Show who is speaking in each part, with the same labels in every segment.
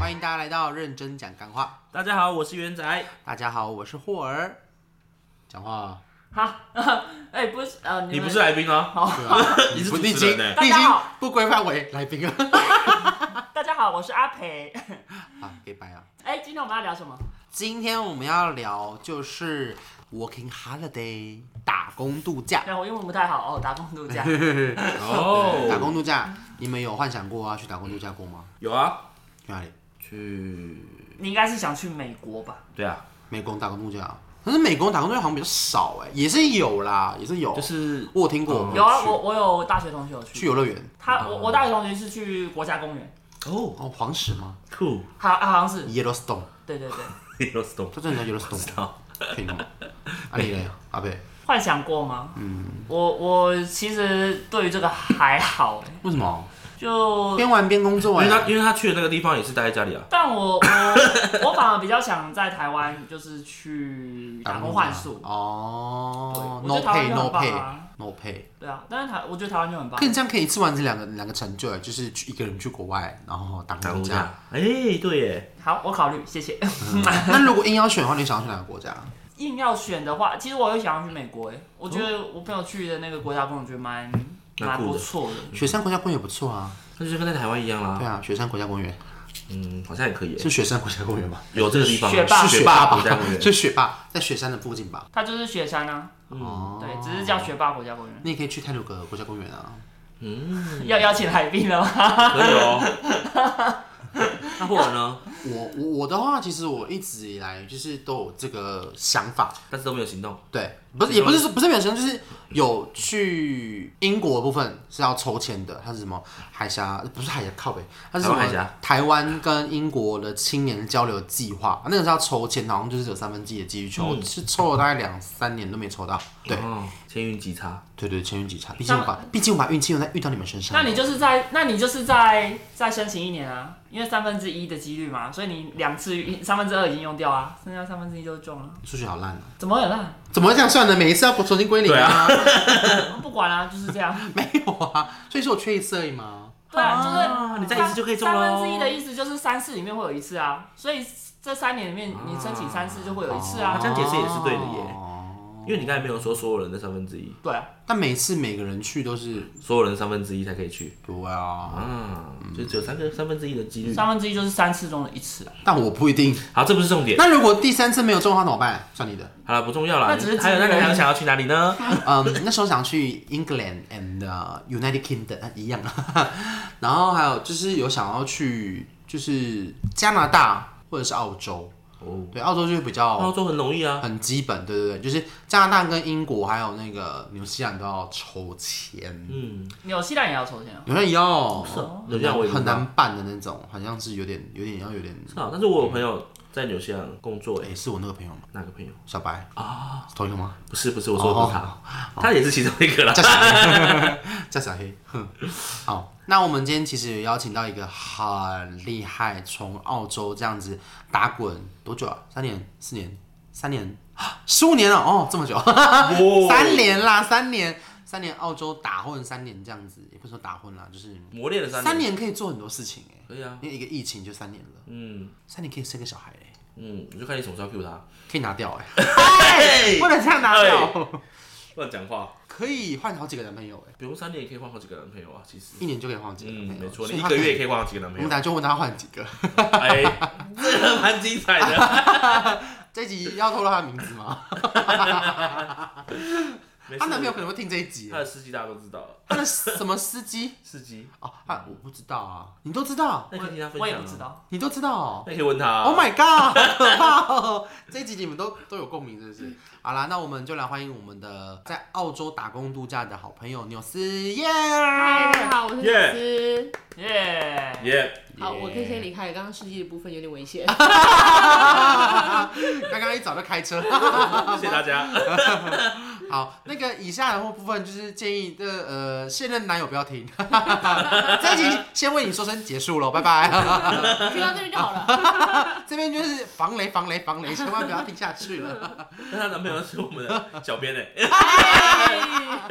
Speaker 1: 欢迎大家来到认真讲干话。
Speaker 2: 大家好，我是元仔。
Speaker 1: 大家好，我是霍儿。讲话，
Speaker 3: 好， 哎、不是呃，
Speaker 2: 你
Speaker 3: 们
Speaker 2: 不是来宾哦，
Speaker 3: 好，
Speaker 1: 对啊，
Speaker 2: 你是
Speaker 1: 不
Speaker 2: 主
Speaker 1: 你已
Speaker 2: 持
Speaker 1: 经
Speaker 2: 人呢。
Speaker 1: 你已
Speaker 3: 大
Speaker 1: 经
Speaker 3: 家好
Speaker 1: 不规范为来 宾了
Speaker 3: 大家好，我是阿培。
Speaker 1: 啊，给白啊。
Speaker 3: 哎、今天我们要聊什么？
Speaker 1: 今天我们要聊就是 working holiday 打工度假。
Speaker 3: 对，我英文不太好哦，打工 度假。
Speaker 2: 哦，
Speaker 1: 打工度假，你们有幻想过要去打工度假过吗？
Speaker 2: 有啊，
Speaker 1: 去哪里？
Speaker 2: 去
Speaker 3: 你应该是想去美国吧？
Speaker 2: 对啊，
Speaker 1: 美工打工度假。可是美工打工度假好像比较少哎、也是有啦，也是有，
Speaker 2: 就是
Speaker 1: 我有听过，
Speaker 2: 嗯
Speaker 3: 有啊，
Speaker 2: 去
Speaker 3: 我我有大学同学有
Speaker 1: 去哦
Speaker 3: 去。
Speaker 1: 游乐园
Speaker 3: 他我我大学同学是去国家公园，
Speaker 2: 哦
Speaker 1: 哦，黄石吗
Speaker 2: 酷
Speaker 3: 好啊好像是，
Speaker 1: ？Yellowstone，
Speaker 3: 对对对，
Speaker 2: ，Yellowstone，
Speaker 1: 这真的叫 Yellowstone，
Speaker 2: 好，
Speaker 1: 骗 我。啊你嘞，阿贝，
Speaker 3: 幻想过吗？嗯，我我其实对于这个还好、哎，
Speaker 1: 为什么
Speaker 3: 就
Speaker 1: 边玩边工作
Speaker 2: 因为
Speaker 1: 哎、
Speaker 2: 他因为他去的那个地方也是待在家里啊，
Speaker 3: 但我我我反而比较想在台湾就是去打工换
Speaker 1: 打工
Speaker 3: 宿
Speaker 1: 度，假哦
Speaker 3: 对
Speaker 1: ，no
Speaker 3: 我觉得台
Speaker 1: pay
Speaker 3: 湾就
Speaker 1: no
Speaker 3: 很棒
Speaker 1: pay
Speaker 3: 啊
Speaker 1: no pay，
Speaker 3: 对啊，但是台我觉得台湾就很棒
Speaker 1: 可。你这样可以一次完成两个两个成就哎，就是去一个人去国外，然后打
Speaker 2: 打
Speaker 1: 工
Speaker 2: 工
Speaker 1: 度
Speaker 2: 度
Speaker 1: 假。
Speaker 2: 假，哎，对耶，
Speaker 3: 好，我考虑，谢谢。
Speaker 1: 那如果硬要选的话，你想要去哪个国家？
Speaker 3: 硬要选的话，其实我有想要去美国诶，欸我觉得我朋友去的那个国家公园，我觉得蛮
Speaker 2: 哦蛮
Speaker 3: 蛮
Speaker 2: 酷的
Speaker 3: 不错的。
Speaker 1: 雪山国家公园也不错啊。
Speaker 2: 那就是跟在台湾一样
Speaker 1: 对
Speaker 2: 啦，
Speaker 1: 啊，雪山国家公园
Speaker 2: 嗯，好像也可以耶，
Speaker 1: 是雪山国家公园吗？
Speaker 2: 有这个地方，
Speaker 3: 雪霸
Speaker 1: 是
Speaker 2: 雪
Speaker 1: 雪
Speaker 2: 霸
Speaker 1: 霸
Speaker 2: 国家
Speaker 1: 吧
Speaker 2: 公？园，
Speaker 1: 是雪霸， 在雪山的附近吧？哦
Speaker 3: 它就是雪山啊，
Speaker 2: 嗯
Speaker 3: 对，只是叫雪霸国家公园。
Speaker 1: 你也可以去泰鲁格国家公园啊。
Speaker 2: 嗯，
Speaker 3: 要邀请来宾了吗？
Speaker 2: 可以哦。那霍尔呢？
Speaker 1: 我我我的话，其实我一直以来就是都有这个想法，
Speaker 2: 但是都没有行动，
Speaker 1: 对，不是也不是说不是没有钱，就是有去英国的部分是要抽签的，它是什么海峡？不是海峡靠北，它是什么
Speaker 2: 台湾海峡？
Speaker 1: 台湾跟英国的青年交流计划，那个是要抽签，好像就是有三分之一的几率抽，
Speaker 2: 嗯
Speaker 1: 我是抽了大概两三年都没抽到。对
Speaker 2: 哦，千运极差，
Speaker 1: 对对，签运几差，毕竟我把毕竟我把运气用在遇到你们身上。
Speaker 3: 那你就是在，那你就是在再申请一年啊，因为三分之一的几率嘛，所以你两次三分之二已经用掉啊，剩下三分之一就中了。
Speaker 1: 数学好烂啊！
Speaker 3: 怎么有那？
Speaker 1: 怎么会这样算呢？每一次要重新归零啊？
Speaker 3: 不管啊，就 是这样。
Speaker 1: 没有啊，所以说我缺一次而已嘛。
Speaker 3: 对啊，就是、
Speaker 2: 啊你再一次就可以中
Speaker 3: 三
Speaker 2: 咯
Speaker 3: 分之一的意思就是三次里面会有一次啊，所以这三年里面你申请三次就会有一次啊。
Speaker 2: 啊这样解释也是对的耶，
Speaker 1: 哦，
Speaker 2: 因为你刚才没有说所有人的三分之一，
Speaker 3: 对啊，
Speaker 1: 但每次每个人去都是
Speaker 2: 所有人三分之一才可以去，
Speaker 1: 对啊。
Speaker 2: 啊，就只有三个三分之一的几率。
Speaker 3: 三分之一就是三次中的一次啊。
Speaker 1: 但我不一定。
Speaker 2: 好，这不是重点。
Speaker 1: 那如果第三次没有中的话怎么办？算你的。
Speaker 2: 好了，不重要了。
Speaker 3: 那只是
Speaker 2: 还有，那
Speaker 3: 几率
Speaker 2: 你
Speaker 3: 而已
Speaker 2: 还有想要去哪里呢？
Speaker 1: 嗯， 那时候想去 England and、uh, United Kingdom 啊一样， 然后还有就是有想要去就是加拿大或者是澳洲。
Speaker 2: 哦，
Speaker 1: 对，澳洲就是比
Speaker 2: 澳
Speaker 1: 较
Speaker 2: 洲很容易啊。
Speaker 1: 很基本，对对对，就是加拿大跟英国还有那个纽西兰都要抽签，
Speaker 2: 嗯，
Speaker 3: 纽西兰也要抽签啊？
Speaker 1: 有人要
Speaker 3: 哦
Speaker 2: 有这样我也不
Speaker 1: 很
Speaker 2: 知道。
Speaker 1: 难办的那种，好像是有点有点要有点，
Speaker 2: 是啊，但是我有朋友在纽西兰工作，
Speaker 1: 哎、
Speaker 2: 哎，
Speaker 1: 是我那个朋友吗？
Speaker 2: 哪个朋友？
Speaker 1: 小白啊，同一个吗？
Speaker 2: 不是不是，我说的不是
Speaker 1: 哦
Speaker 2: 他，他也是其中一个啦。
Speaker 1: 叫小黑， 叫小黑。哼好，那我们今天其实有邀请到一个很厉害，从澳洲这样子打滚多久啊？三年、四年、三年、 十五年了哦，这么久，
Speaker 2: 哦
Speaker 1: 三年啦，三年，三年澳洲打混三年这样子，也不是说打混啦，就是
Speaker 2: 磨练了三
Speaker 1: 三
Speaker 2: 年，
Speaker 1: 年可以做很多事情哎、
Speaker 2: 可以啊。
Speaker 1: 因为一个疫情就三年了，
Speaker 2: 嗯
Speaker 1: 三年可以生个小孩哎、
Speaker 2: 嗯，我就看你什么时候 Q 他，
Speaker 1: 可以拿掉欸 哎、不能这样拿掉，
Speaker 2: 乱讲话。
Speaker 1: 可以换好几个男朋友哎、
Speaker 2: 不用三年也可以换好几个男朋友啊，其实。
Speaker 1: 一年就可以换好几个男
Speaker 2: 嗯
Speaker 1: 朋，友，
Speaker 2: 没错，
Speaker 1: 所以
Speaker 2: 你一
Speaker 1: 他
Speaker 2: 个
Speaker 1: 可以嗯
Speaker 2: 月也可以换好几个男
Speaker 1: 我
Speaker 2: 朋
Speaker 1: 们
Speaker 2: 友。
Speaker 1: 等下就问他换几个。
Speaker 2: 哎，这个蛮精彩的。
Speaker 1: 这一集要透露他的名字吗？
Speaker 2: 没 事呃
Speaker 1: 他男朋友可能会听这一集
Speaker 2: 他。的司机大家都知道了，
Speaker 1: 他的什么司机？
Speaker 2: 司机。
Speaker 1: 哦，他我不知道啊，你都知道，
Speaker 2: 那你可以听他分享、啊。
Speaker 3: 我也不知。道，
Speaker 1: 你都知道哦。
Speaker 2: 那你可以问他、啊。
Speaker 1: Oh my god，好可怕哦！这一集你们都都有共鸣，是不是？好啦，那我们就来欢迎我们的在澳洲打工度假的好朋友纽斯耶。
Speaker 4: 嗨，大家好，我是小思。
Speaker 3: 耶、
Speaker 2: 耶、
Speaker 4: 好，我可以先离开，刚刚世纪的部分有点危 险。
Speaker 1: 刚刚一早就开车，
Speaker 2: 谢谢大家。
Speaker 1: 好，那个以下的部分就是建议的呃现任男友不要听， 这一集先为你说声结束了，拜拜。
Speaker 4: 听到这边就好 了。
Speaker 1: 这边就是防雷防雷防雷，千万不要听下去 了。
Speaker 2: 但她男朋友是我们的小编哎，
Speaker 4: 哎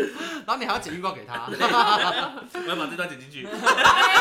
Speaker 1: 然后你还要剪预告给他。
Speaker 2: 我要把这段剪进去。
Speaker 4: 哎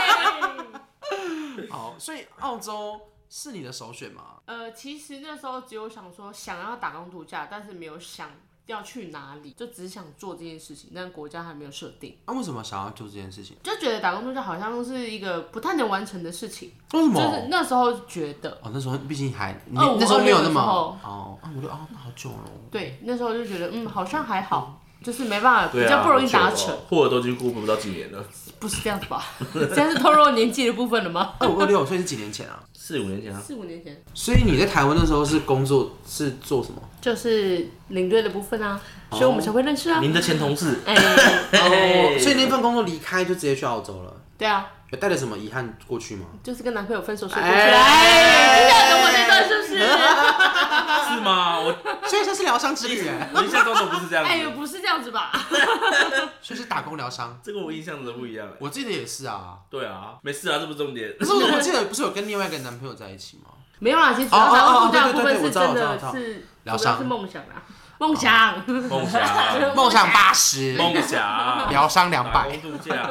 Speaker 1: 好，所以澳洲是你的首选吗？
Speaker 4: 呃，其实那时候只有想说想要打工度假，但是没有想要去哪里，就只想做这件事情，但国家还没有设定，
Speaker 1: 啊，为什么想要做这件事情？
Speaker 4: 就觉得打工度假好像是一个不太能完成的事情，
Speaker 1: 为什
Speaker 4: 就
Speaker 1: 么？
Speaker 4: 是那时候觉得。
Speaker 1: 哦，那时候毕竟还你
Speaker 4: 25
Speaker 1: 那时候没有那
Speaker 4: 的
Speaker 1: 么
Speaker 4: 时候
Speaker 1: 哦，啊，我就啊，那好久了哦。
Speaker 4: 对，那时候就觉得，嗯，好像还好，就是没办法，
Speaker 2: 对
Speaker 4: 比
Speaker 2: 啊，
Speaker 4: 较不容易达
Speaker 2: 好久
Speaker 4: 成，
Speaker 2: 哦。霍尔都已经过不到几年 了，
Speaker 4: 不是这样子吧？这样是透露年纪的部分了吗？
Speaker 1: 二五二六，所以是几年前啊？
Speaker 2: 四五年前啊。
Speaker 4: 四五年前，
Speaker 1: 所以你在台湾那时候是工作是做什么？
Speaker 4: 就是领队的部分啊，所以我们才会认识啊。
Speaker 2: 您的前同事，
Speaker 4: 哎、
Speaker 1: 哦，所以那份工作离开就直接去澳洲了，
Speaker 4: 对啊，
Speaker 1: 有带着什么遗憾过去吗？
Speaker 4: 就是跟男朋友分手睡过去。
Speaker 1: 哎
Speaker 4: 哎，你想懂我这段是不是？
Speaker 2: 是吗？我
Speaker 1: 所以这是疗伤之旅哎，
Speaker 2: 我印象中都不是这样
Speaker 4: 哎
Speaker 2: 子
Speaker 4: 呦，
Speaker 2: 的，
Speaker 4: 不是这样子吧？
Speaker 1: 所以是打工疗伤。
Speaker 2: 这个我印象中的不一样哎。
Speaker 1: 我记得也是 啊，
Speaker 2: 对啊，没事啊，这不是重点
Speaker 1: 可。是我记得不是有跟另外一个男朋友在一起吗？
Speaker 4: 没有啦，其实
Speaker 1: 哦哦哦
Speaker 4: 打工度假的部分
Speaker 1: 对对对
Speaker 4: 是
Speaker 1: 对我
Speaker 4: 真
Speaker 1: 知道我知道
Speaker 4: 的
Speaker 1: 我
Speaker 4: 是，
Speaker 1: 疗
Speaker 4: 主
Speaker 1: 伤
Speaker 4: 要是梦想啊，梦想。
Speaker 2: 梦想 啊，
Speaker 1: 梦想八十，
Speaker 2: 梦想，
Speaker 1: 疗伤两
Speaker 2: 打
Speaker 1: 百
Speaker 2: 工，度假，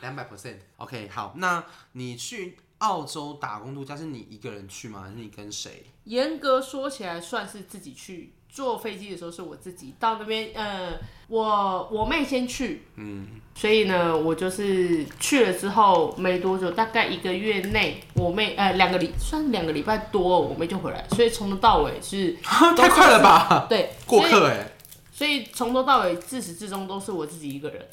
Speaker 1: 两百 percent。OK，好，那你去澳洲打工度假是你一个人去吗？还是你跟谁？
Speaker 4: 严格说起来，算是自己去。坐飞机的时候是我自己到那边，呃，我我妹先去，嗯，所以呢，我就是去了之后没多久，大概一个月内，我妹呃两个礼算两个礼拜多哦，我妹就回来，所以从头到尾是
Speaker 1: 太快了吧，
Speaker 4: 对
Speaker 1: 过，
Speaker 4: 所以
Speaker 1: 客哎、
Speaker 4: 所以从头到尾自始至终都是我自己一个人，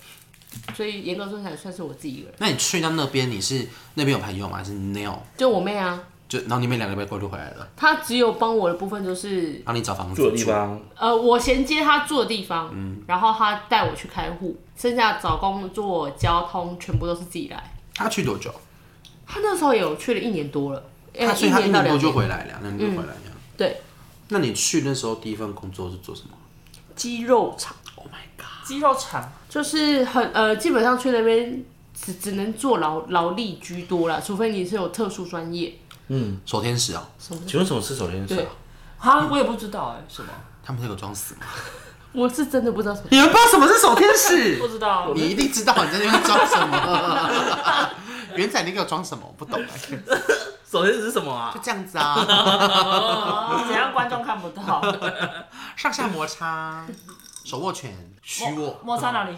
Speaker 4: 所以严格说起来算是我自己一个人，
Speaker 1: 那你去到那边，你是那边有朋友吗？还是没有？
Speaker 4: 就我妹啊，
Speaker 1: 就然后你们两个被过渡回来了，
Speaker 4: 她只有帮我的部分就是
Speaker 1: 然后你找房子
Speaker 2: 住的地方，
Speaker 4: 呃，我衔接他住的地方，
Speaker 1: 嗯
Speaker 4: 然后他带我去开户，剩下找工作、交通全部都是自己来。
Speaker 1: 他去多久？
Speaker 4: 他那时候有去了一年多了，
Speaker 1: 他
Speaker 4: 呃
Speaker 1: 所以他一
Speaker 4: 年嗯到
Speaker 1: 年多
Speaker 4: 两
Speaker 1: 就回来了，那你就回来了。
Speaker 4: 对
Speaker 1: 那你去那时候第一份工作是做什么？
Speaker 4: 鸡肉厂，
Speaker 1: Oh
Speaker 3: 肌肉厂，
Speaker 4: 就是很呃，基本上去那边只只能做劳劳力居多啦，除非你是有特殊专业。
Speaker 2: 嗯，
Speaker 1: 守天使哦，
Speaker 2: 请问什么是手天使
Speaker 4: 对
Speaker 2: 啊？
Speaker 3: 哈，我也不知道哎、什么？
Speaker 1: 他们是有装死吗？
Speaker 4: 我是真的不知道什么，
Speaker 1: 你们不知道什么是守天 使
Speaker 3: 不？知道，
Speaker 1: 你一定知道你在那边装什么。元仔，你给我装什么？我不懂哎，就
Speaker 2: 手天使是什么啊？
Speaker 1: 这样子啊，
Speaker 3: 哦怎样观众看不到？
Speaker 1: 上下摩擦，手握拳，虚握，
Speaker 3: 摩擦哪里？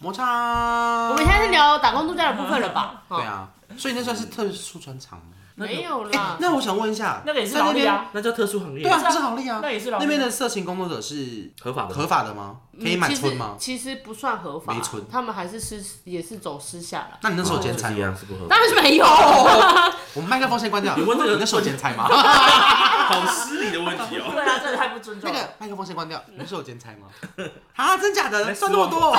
Speaker 1: 摩擦。
Speaker 4: 我们现在是聊打工度假的部分了吧？
Speaker 1: 啊
Speaker 4: 哦
Speaker 1: 对啊，所以那算是特殊专长吗？
Speaker 4: 没有
Speaker 1: 哎
Speaker 4: 啦，，
Speaker 1: 那我想问一下，
Speaker 3: 那个也是
Speaker 1: 在
Speaker 3: 劳
Speaker 1: 边
Speaker 3: 力啊，
Speaker 2: 那叫特殊行业
Speaker 1: 对，啊，不是好利啊，
Speaker 3: 那也是劳力
Speaker 1: 那边的色情工作者是
Speaker 2: 合法的吗
Speaker 1: 合法的吗？可以买春吗？
Speaker 4: 嗯其实其实不算合法
Speaker 1: 没存，
Speaker 4: 他们还是私也是走私下啦。
Speaker 1: 那你那时候兼差
Speaker 2: 一样
Speaker 1: 吗？
Speaker 2: 哦是不合法
Speaker 4: 当然是没有。
Speaker 1: 哦我们麦克风先关掉。
Speaker 2: 你问这个
Speaker 1: 你那时候兼差吗？
Speaker 2: 的，好失礼的问题
Speaker 3: 对
Speaker 2: 哦。
Speaker 3: 啊，这太不尊重
Speaker 1: 那
Speaker 3: 了。
Speaker 1: 个麦克风先关
Speaker 4: 嗯
Speaker 1: 掉。你那时候有兼差吗？ 啊，真假的？
Speaker 2: 来
Speaker 1: 赚那么
Speaker 2: 十万
Speaker 1: 多？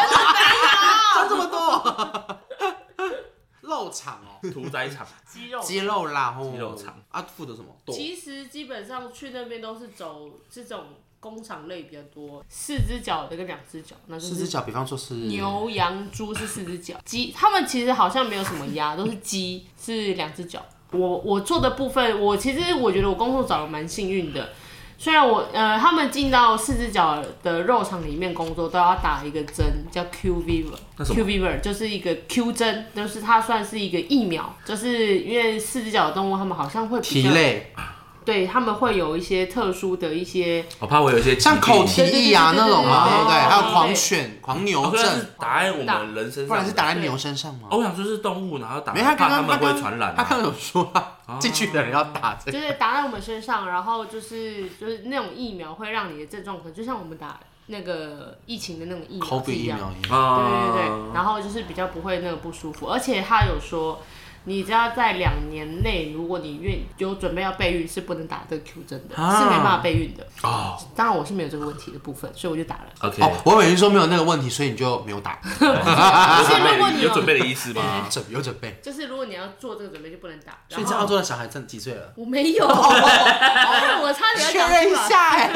Speaker 1: 赚这么多？ 肉场哦，
Speaker 2: 屠宰场，
Speaker 3: 肌肉
Speaker 1: 肌肉啦，哦
Speaker 2: 肌肉场
Speaker 1: 啊，负责什么？剁
Speaker 4: 其实基本上去那边都是走这种工厂类比较多，四只脚的跟两只脚，那就
Speaker 1: 四只
Speaker 4: 是
Speaker 1: 脚，比方说是
Speaker 4: 牛、羊、猪是四只脚，鸡他们其实好像没有什么鸭，都是鸡是两只脚。我我做的部分，我其实我觉得我工作找的蛮幸运的。虽然我呃，他们进到四只脚的肉场里面工作，都要打一个针，叫 Q Viver。
Speaker 2: 那什么
Speaker 4: Q Viver 就是一个 Q 针，就是它算是一个疫苗，就是因为四只脚的动物，它们好像会比
Speaker 1: 蹄
Speaker 4: 较
Speaker 1: 类，
Speaker 4: 对他们会有一些特殊的一些，
Speaker 2: 我怕我有一些
Speaker 1: 像口蹄
Speaker 4: 对对对
Speaker 1: 疫啊
Speaker 4: 对对
Speaker 1: 那
Speaker 4: 对
Speaker 1: 种嘛，
Speaker 4: 对
Speaker 1: 对不对？
Speaker 2: 对
Speaker 1: 还有
Speaker 4: 对
Speaker 1: 狂
Speaker 4: 对
Speaker 1: 犬、狂牛
Speaker 2: 哦，可能
Speaker 1: 症
Speaker 2: 是，打在我们人身上，
Speaker 1: 不然是打在牛身上吗？
Speaker 2: 哦。我想说是动物，然后打，
Speaker 1: 没，他
Speaker 2: 怕
Speaker 1: 刚
Speaker 2: 他
Speaker 1: 刚
Speaker 2: 们
Speaker 1: 他刚
Speaker 2: 会传染啊。
Speaker 1: 他刚刚有说啊
Speaker 2: 哦
Speaker 1: 进去的人要打这
Speaker 4: 就
Speaker 1: 个。
Speaker 4: 是打在我们身上，然后就是就是那种疫苗会让你的症状可能就像我们打那个疫情的那种疫
Speaker 1: 口
Speaker 4: 苗是
Speaker 1: 鼻
Speaker 4: 一
Speaker 1: 疫
Speaker 4: 样，
Speaker 1: 苗一样。
Speaker 4: 对
Speaker 2: 啊，
Speaker 4: 对对，然后就是比较不会那个不舒服，而且他有说。你只要在两年内，如果你愿有准备要备孕，是不能打这个 Q 针的，
Speaker 2: 啊
Speaker 4: 是没办法备孕的。
Speaker 1: 哦
Speaker 4: 当然我是没有这个问题的部分，所以我就打了。
Speaker 2: OK，
Speaker 1: 哦，啊我以为你说没有那个问题，所以你就没有打，
Speaker 4: 而且如果你
Speaker 2: 有准备的意思吗？
Speaker 1: 准有准备。
Speaker 4: 就是如果你要做这个准备，就不能打。
Speaker 1: 所以
Speaker 4: 然
Speaker 1: 在
Speaker 4: 后
Speaker 1: 澳洲的小孩真的几岁了？
Speaker 4: 我没有，我差点 要
Speaker 1: 确
Speaker 4: 讲出来
Speaker 1: 认一下，哎，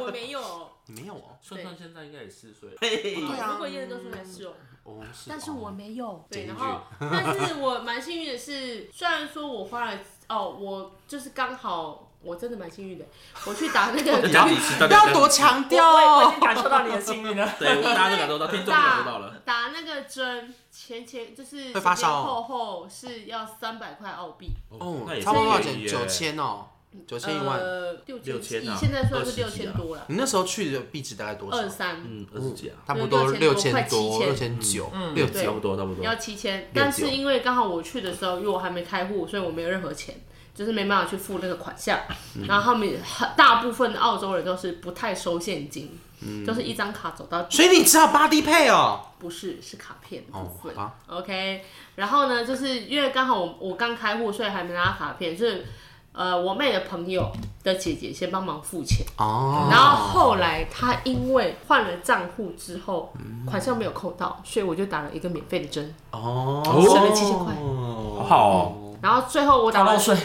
Speaker 4: 我没有，啊
Speaker 1: 你没有哦？
Speaker 2: 算算现在应该也四岁，
Speaker 1: 对啊
Speaker 4: 如果验的都出来是哦，
Speaker 1: 哦，是
Speaker 4: 但是
Speaker 1: 哦
Speaker 4: 我没有。对，
Speaker 1: 检
Speaker 4: 然
Speaker 1: 举
Speaker 4: 后 但是我蛮幸运的是，虽然说我花了哦，我就是刚好，我真的蛮幸运的，我去打那 个
Speaker 2: 讲几次大
Speaker 1: 不
Speaker 2: 家
Speaker 1: 要多强调
Speaker 3: 我我已
Speaker 1: 哦
Speaker 3: 经。感受到你的幸运了。
Speaker 2: 对，大家都感受到，听众也感受到了。
Speaker 4: 打那个针前前就是
Speaker 1: 会发烧哦
Speaker 4: 前前后后是要三百块澳币，
Speaker 1: 哦
Speaker 2: 那也，是
Speaker 1: 差不多多少
Speaker 2: 便
Speaker 1: 钱？
Speaker 2: 宜耶
Speaker 1: 九，千哦，九千一万。
Speaker 4: 呃六
Speaker 2: 六千
Speaker 4: 以
Speaker 2: 啊
Speaker 4: 现在算是六
Speaker 2: 二十几
Speaker 4: 千
Speaker 2: 啊
Speaker 4: 多了，
Speaker 1: 你那时候去的币值大概多
Speaker 4: 二
Speaker 1: 少？
Speaker 4: 三
Speaker 2: 嗯，二十几啊，
Speaker 1: 差不多
Speaker 4: 六
Speaker 1: 六
Speaker 4: 千多
Speaker 1: 千多，
Speaker 4: 快
Speaker 1: 六
Speaker 4: 七
Speaker 1: 千九，
Speaker 3: 嗯
Speaker 1: 六
Speaker 4: 对
Speaker 2: 差
Speaker 1: 九
Speaker 2: 不多差不
Speaker 4: 要
Speaker 2: 多。
Speaker 4: 七千，
Speaker 1: 六
Speaker 4: 但
Speaker 1: 九
Speaker 4: 是因为刚好我去的时候，因为我还没开户，所以我没有任何钱，就是没办法去付那个款项。
Speaker 1: 嗯
Speaker 4: 然后他们很大部分的澳洲人都是不太收现金，
Speaker 1: 嗯
Speaker 4: 就是一张卡走到底
Speaker 1: 所以你只好 body pay 哦。
Speaker 4: 不是是卡片的部
Speaker 1: 哦
Speaker 4: 分。
Speaker 1: 好吧
Speaker 4: OK，然后呢，就是因为刚好我我刚开户，所以还没拿到卡片，就是呃我妹的朋友的姐姐先帮忙付钱，
Speaker 1: 哦，
Speaker 4: 然后后来她因为换了账户之后，
Speaker 1: 嗯
Speaker 4: 款项没有扣到，所以我就打了一个免费的针。
Speaker 1: 哦，
Speaker 4: 省了7000块
Speaker 2: 好
Speaker 1: 块
Speaker 2: 好哦，
Speaker 4: 然后最后我打
Speaker 3: 打
Speaker 4: 完
Speaker 3: 漏水，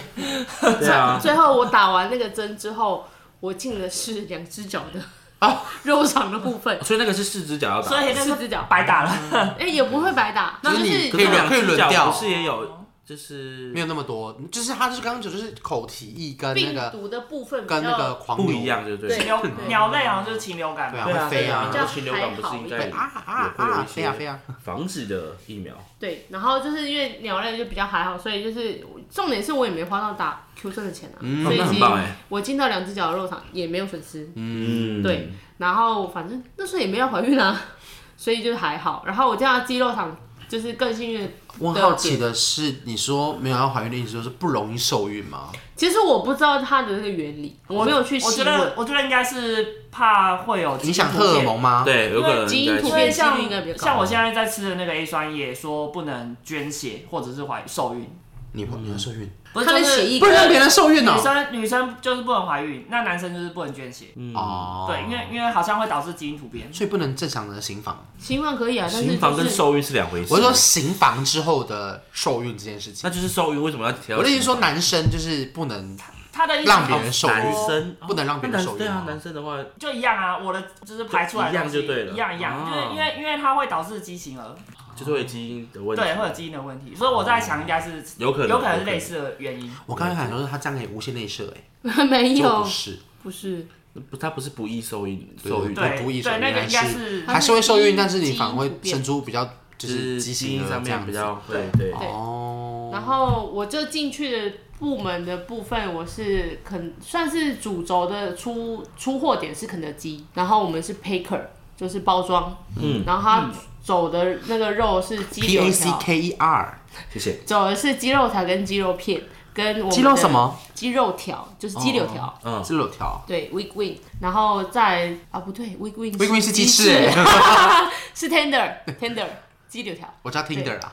Speaker 2: 对啊，
Speaker 4: 最后我打完那个针之后，我进的是两只脚的 肉场的部分，
Speaker 2: 所以那个是四只脚要打，
Speaker 3: 所以那
Speaker 4: 四
Speaker 3: 是
Speaker 4: 只脚，
Speaker 3: 白打了。
Speaker 4: 哎、也不会白打，
Speaker 1: 那
Speaker 4: 就
Speaker 1: 你
Speaker 4: 是
Speaker 1: 可以两
Speaker 2: 两只
Speaker 1: 可以轮
Speaker 2: 脚
Speaker 1: 调
Speaker 2: 不是也有，就是
Speaker 1: 没有那么多，就是他就是刚刚讲就是口蹄疫跟那
Speaker 4: 病
Speaker 1: 个
Speaker 4: 毒的部分比较
Speaker 1: 跟那个狂
Speaker 2: 不
Speaker 1: 牛
Speaker 2: 一，样，对不
Speaker 3: 禽
Speaker 2: 对？
Speaker 3: 流鸟类好像就是禽流感
Speaker 1: 对
Speaker 3: 嘛，
Speaker 1: 啊，
Speaker 2: 对啊
Speaker 1: 会飞啊
Speaker 4: 比，较
Speaker 2: 禽流感不是应该
Speaker 1: 对啊啊啊
Speaker 2: 也会有
Speaker 1: 啊，
Speaker 2: 一些
Speaker 1: 飞啊飞啊，
Speaker 2: 防止的疫苗？
Speaker 4: 对，然后就是因为鸟类就比较还好，所以就是重点是我也没花到打 Q 针的钱啊，
Speaker 1: 嗯
Speaker 4: 所以
Speaker 2: 那
Speaker 4: 其
Speaker 2: 很
Speaker 4: 实
Speaker 2: 棒哎，
Speaker 4: 我进到两只脚的肉场也没有损失，
Speaker 2: 嗯，
Speaker 4: 对，然后反正那时候也没有怀孕啊， 所以就还好。然后我进到肌肉场就是更幸运的
Speaker 1: 我很好奇的是，你说没有要怀孕的意思，就是不容易受孕吗？
Speaker 4: 其实我不知道它的那个原理，我没有去
Speaker 3: 我
Speaker 4: 细
Speaker 3: 觉
Speaker 4: 问
Speaker 3: 得。我觉得应该是怕会有
Speaker 1: 影响荷尔蒙吗？
Speaker 2: 对，有可能
Speaker 4: 基因
Speaker 2: 应该
Speaker 4: 突
Speaker 3: 因
Speaker 2: 是
Speaker 3: 为
Speaker 4: 变啊
Speaker 3: 像
Speaker 4: 几率应该比较高
Speaker 3: 像我现在在吃的那个 A 酸也说不能捐血或者是怀受孕，
Speaker 1: 你会你会受孕，
Speaker 3: 不是
Speaker 4: 它
Speaker 3: 就
Speaker 4: 的
Speaker 3: 是
Speaker 4: 血液
Speaker 1: 不能让别人受孕
Speaker 3: 女
Speaker 1: 哦。
Speaker 3: 生女生就是不能怀孕，那男生就是不能捐血。
Speaker 1: 哦，
Speaker 3: 对，因为因为好像会导致基因突变。
Speaker 1: 所以不能正常的行房。
Speaker 4: 行房可以啊，但是、就是、
Speaker 2: 行房跟受孕是两回事。
Speaker 1: 我是说行房之后的受孕这件事
Speaker 2: 那
Speaker 1: 情。
Speaker 2: 就是受孕，为什么要提到？
Speaker 1: 我的意思说，男生就是不能
Speaker 3: 他的意思哦
Speaker 1: 让别人受孕，
Speaker 2: 男生
Speaker 1: 哦不能让别人受
Speaker 2: 对
Speaker 1: 孕啊，。
Speaker 2: 啊男生的话，
Speaker 3: 就一样啊，我的就是排出来的东西
Speaker 2: 一样就对了
Speaker 3: 一样一样，
Speaker 2: 哦
Speaker 3: 就是因为因为它会导致畸形儿，
Speaker 2: 就是会基因的问题，
Speaker 3: 对，
Speaker 4: 啊
Speaker 3: 会有基因的问题，所以我在想应该是
Speaker 2: 有可能
Speaker 3: 有可能是类似的原因。
Speaker 1: 我刚才想说他这样可以无限内射，哎，
Speaker 4: 没
Speaker 1: 结果
Speaker 4: 有
Speaker 1: 不，是，
Speaker 4: 不是，
Speaker 2: 不，他不是不易受孕，
Speaker 1: 对
Speaker 2: 受孕
Speaker 1: 对
Speaker 3: 对
Speaker 1: 不易受
Speaker 3: 对，
Speaker 1: 孕
Speaker 3: 那个应该是
Speaker 1: 还是会受孕，但是你
Speaker 4: 基因
Speaker 1: 反而
Speaker 4: 突
Speaker 1: 会
Speaker 4: 变
Speaker 1: 生出比较就
Speaker 2: 就是是
Speaker 1: 畸
Speaker 2: 基
Speaker 1: 形
Speaker 2: 因
Speaker 1: 的
Speaker 2: 上
Speaker 1: 啊这样
Speaker 2: 面比
Speaker 1: 子。
Speaker 2: 较会对。
Speaker 4: 对
Speaker 1: 哦，
Speaker 4: 然后我就进去的部门的部分，我是肯算是主轴的出出货点是肯德基，然后我们是 packer，就是包装，
Speaker 2: 嗯，
Speaker 4: 然后它走的那个肉是鸡
Speaker 1: P
Speaker 4: 柳
Speaker 1: A C
Speaker 4: 条，
Speaker 1: K E R
Speaker 2: 谢谢。
Speaker 4: 走的是鸡肉条跟鸡肉片，跟我们的
Speaker 1: 鸡肉什？么？哦
Speaker 4: 鸡肉条就是鸡柳条。
Speaker 2: 嗯，
Speaker 1: 鸡柳条。
Speaker 4: 对，weak wing，然后再啊不对，weak wing
Speaker 1: Weak wing 是鸡翅哎
Speaker 4: 是 tender tender 鸡柳条，
Speaker 1: 我叫 Tinder 啊，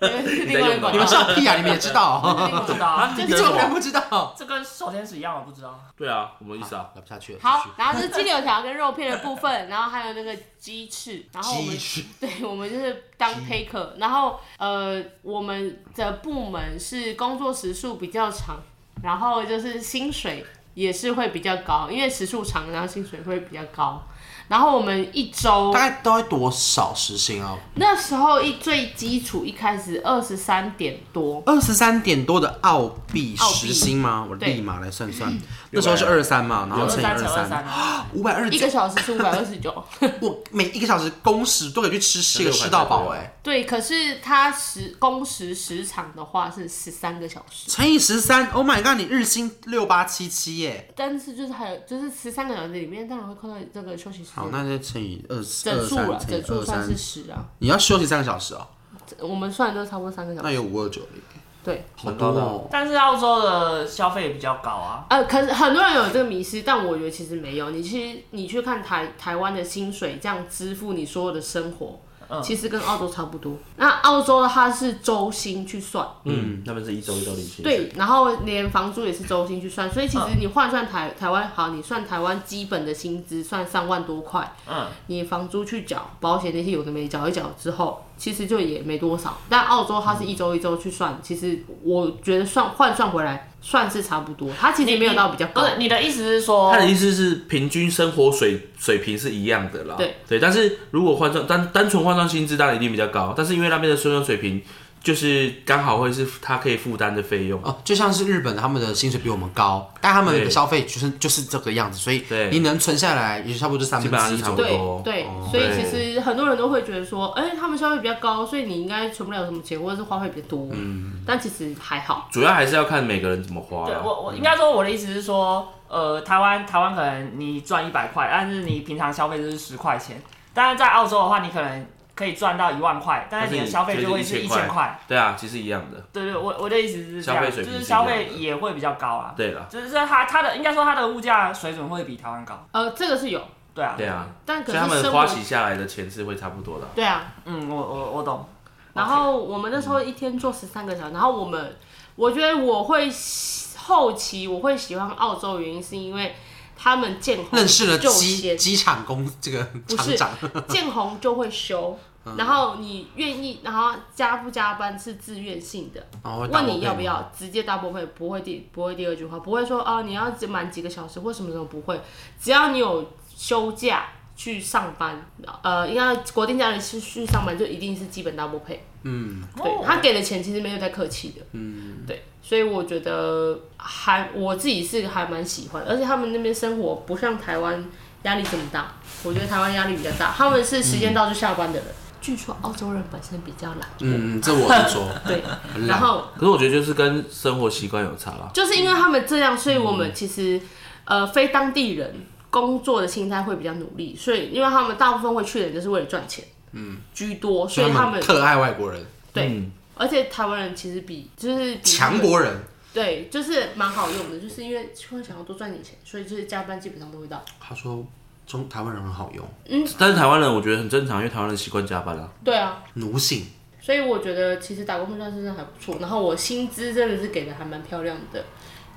Speaker 4: 是
Speaker 2: 你
Speaker 4: 另
Speaker 2: 在
Speaker 4: 外一
Speaker 2: 用
Speaker 4: 款
Speaker 1: 你
Speaker 2: 哪
Speaker 1: 们笑屁啊！你们也知道，
Speaker 4: 另外一
Speaker 3: 不知
Speaker 4: 款
Speaker 3: 道啊，
Speaker 1: 你怎么可能不知道？
Speaker 3: 这跟手天使一样，我不知道。
Speaker 2: 对啊，我们意思啊，
Speaker 1: 聊不下去了。
Speaker 4: 好，然后是鸡柳条跟肉片的部分，然后还有那个鸡翅，然后我
Speaker 1: 继
Speaker 4: 们
Speaker 1: 续，
Speaker 4: 对我们就是当 taker，然后呃我们的部门是工作时数比较长，然后就是薪水也是会比较高，因为时数长，然后薪水会比较高，然后我们一周
Speaker 1: 大概大概多少时薪啊？
Speaker 4: 那时候一最基础一开始二十三点多，
Speaker 1: 二十三点多的澳币
Speaker 4: 澳币
Speaker 1: 时薪吗？我
Speaker 4: 对嗯
Speaker 1: 立马来算算，那时候是二十三嘛，然后
Speaker 3: 二
Speaker 1: 乘以
Speaker 3: 三
Speaker 1: 二
Speaker 3: 乘二三
Speaker 1: 三，
Speaker 3: 啊，
Speaker 1: 五百二十
Speaker 4: 一
Speaker 1: 九
Speaker 4: 个。小时是五百二十九。
Speaker 1: 我每一个小时工时都可以去吃吃个
Speaker 2: 600
Speaker 1: 吃到饱
Speaker 2: 左右
Speaker 1: 哎，
Speaker 4: 对，可是它时工时时长的话是十三个小时，
Speaker 1: 乘以十三，Oh my god！你日薪六八七七耶。
Speaker 4: 但是就是还有就是十三个小时里面当然会扣到这个休息时
Speaker 1: 好，
Speaker 4: 间，
Speaker 1: 那就乘以二十
Speaker 4: 整
Speaker 1: 二
Speaker 4: 数
Speaker 1: 三，
Speaker 4: 了
Speaker 1: 乘
Speaker 4: 整
Speaker 1: 以
Speaker 4: 数
Speaker 1: 二
Speaker 4: 算
Speaker 1: 三
Speaker 4: 是，十啊，
Speaker 1: 你要休息三个小时哦，
Speaker 4: 这我们算的都差不多三个小
Speaker 1: 那
Speaker 4: 时。
Speaker 1: 有五二九零，
Speaker 4: 对，
Speaker 1: 好多哦。
Speaker 3: 但是澳洲的消费也比较高啊，
Speaker 4: 呃，可是很多人有这个迷失，但我觉得其实没有。你去你去看台台湾的薪水，这样支付你所有的生活，其实跟澳洲差不多。那澳洲的它是周薪去算。
Speaker 2: 嗯，那边是一周一周领薪水，
Speaker 4: 对，然后连房租也是周薪去算，所以其实
Speaker 2: 嗯
Speaker 4: 你换算台台湾好，你算台湾基本的薪资算三万多块，
Speaker 3: 嗯，
Speaker 4: 你房租去缴，保险那些有的没缴一缴之后，其实
Speaker 2: 嗯
Speaker 4: 就也没多少。但澳洲它是一周一周去算，其实我觉得算换算回来算是差不多，它其实没有到比较高
Speaker 3: 不。是你的意思是
Speaker 4: 哦
Speaker 3: 说
Speaker 2: 他，的意思是平均生活水水平是一样的啦。
Speaker 4: 对
Speaker 2: 但是如果换算单单纯换算薪资，当然一定比较高，但是因为那边的生活水平就是刚好会是他可以负担的费用。
Speaker 1: 哦，就像是日本，他们的薪水比我们高，但他们的
Speaker 2: 对
Speaker 1: 消费就是就是这个样子，所以
Speaker 2: 对
Speaker 1: 你能存下来，也就差不多就三
Speaker 2: 基
Speaker 1: 分
Speaker 2: 本上
Speaker 1: 之
Speaker 2: 是
Speaker 1: 一
Speaker 2: 差
Speaker 1: 左
Speaker 2: 不
Speaker 1: 右。
Speaker 2: 多
Speaker 4: 对对
Speaker 1: 哦，
Speaker 4: 所以其实很多人都会觉得说，哎、他们消费比较高，所以你应该存不了什么钱，或者是花费比较多。嗯，但其实还好。
Speaker 2: 主要还是要看每个人怎么花
Speaker 3: 对
Speaker 2: 啦。
Speaker 3: 我我应该说我的意思是说，呃，台湾台湾可能你赚一百块，但是你平常消费就是十块钱，但是在澳洲的话，你可能可以赚到一万块，但是你的消费就会是一千块。
Speaker 2: 对啊，其实一样的。
Speaker 3: 对对，我我的意思是这
Speaker 2: 消
Speaker 3: 样，
Speaker 2: 费
Speaker 3: 就
Speaker 2: 水平
Speaker 3: 是
Speaker 2: 是一样
Speaker 3: 消
Speaker 2: 的
Speaker 3: 费也会比较高啊，
Speaker 2: 对了，
Speaker 3: 就是它它的应该说它的物价水准会比台湾高。
Speaker 4: 呃，这个是有，
Speaker 3: 对啊，
Speaker 2: 对啊，
Speaker 4: 但可
Speaker 2: 所以他
Speaker 4: 是
Speaker 2: 们
Speaker 4: 生
Speaker 2: 花
Speaker 4: 活
Speaker 2: 起下来的钱是会差不多的啊。
Speaker 4: 对啊。
Speaker 3: 嗯，我我我懂。
Speaker 4: 然后我们那时候一天做十三个小时，然后我们我觉得我会喜后期我会喜欢澳洲，原因是因为他们见红
Speaker 1: 认识了
Speaker 4: 就
Speaker 1: 机
Speaker 4: 先
Speaker 1: 机场工这个
Speaker 4: 不
Speaker 1: 厂
Speaker 4: 是
Speaker 1: 长，
Speaker 4: 见红就会修，
Speaker 1: 嗯
Speaker 4: 然后你愿意，然后加不加班是自愿性的，
Speaker 1: 然后会打
Speaker 4: 问
Speaker 1: 我
Speaker 4: 你要
Speaker 1: 背
Speaker 4: 不
Speaker 1: 吗？
Speaker 4: 要，直接 double pay，不会第不会第二句话，不会说啊你要满几个小时或什么什么不会，只要你有休假去上班，呃，应该国定假日去去上班就一定是基本 double pay。
Speaker 1: 嗯，
Speaker 4: 对他给的钱其实没有在客气的，嗯，对，所以我觉得还我自己是还蛮喜欢，而且他们那边生活不像台湾压力这么大，我觉得台湾压力比较大，他们是时间到就下班的人。嗯据说澳洲人本身比较懒，
Speaker 1: 嗯，这我听 说，
Speaker 4: 对，
Speaker 1: 很
Speaker 4: 然
Speaker 1: 懒。
Speaker 4: 后
Speaker 2: 可是我觉得就是跟生活习惯有差啦。
Speaker 4: 就是因为他们这样，所以我们其实呃非当地人工作的心态会比较努力，所以因为他们大部分会去的人就是为了赚钱，嗯，居多，所以他们
Speaker 1: 特爱外国人，
Speaker 4: 对
Speaker 2: 嗯
Speaker 4: 而且台湾人其实比就是比
Speaker 1: 强国人，
Speaker 4: 对，就是蛮好用的，就是因为会想要多赚点钱，所以就是加班基本上都会到。
Speaker 1: 他说中台湾人很好用，
Speaker 4: 嗯
Speaker 2: 但是台湾人我觉得很正常，因为台湾人习惯加班啦。
Speaker 4: 对啊，
Speaker 1: 奴性。
Speaker 4: 所以我觉得其实打工换算真的还不错。然后我薪资真的是给的还蛮漂亮的，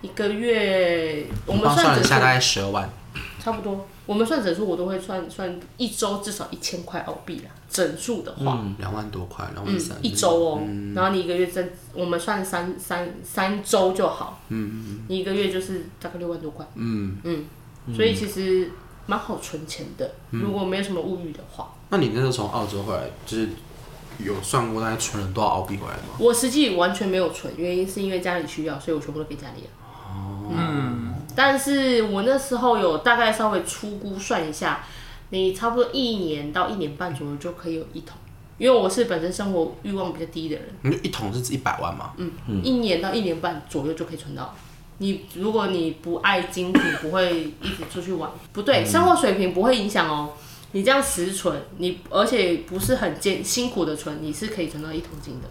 Speaker 4: 一个月我们
Speaker 1: 帮算
Speaker 4: 算
Speaker 1: 了一
Speaker 4: 整数
Speaker 1: 下，大概十二万。
Speaker 4: 差不多，我们算整数我都会算算一周至少一千块澳币啦，整数的话。
Speaker 1: 嗯，两万多块，两
Speaker 4: 嗯
Speaker 1: 万三，，
Speaker 4: 一周哦、然后你一个月真，我们算三三三周就好，嗯，你一个月就是大概六万多块，嗯嗯，所以其实蛮好存钱的，如果没有什么物欲的话，
Speaker 1: 那你那时候从澳洲回来，就是有算过大概存了多少澳币回来吗？
Speaker 4: 我实际完全没有存，原因是因为家里需要，所以我全部都给家里了。嗯，但是我那时候有大概稍微粗估算一下，你差不多一年到一年半左右就可以有一桶，因为我是本身生活欲望比较低的人，
Speaker 1: 你就一桶是一百万嘛？
Speaker 4: 嗯，一年到一年半左右就可以存到。你如果你不爱精品，不会一直出去玩，不对，生活水平不会影响哦。你这样实存，你而且不是很艰辛苦的存，你是可以存到一桶金的。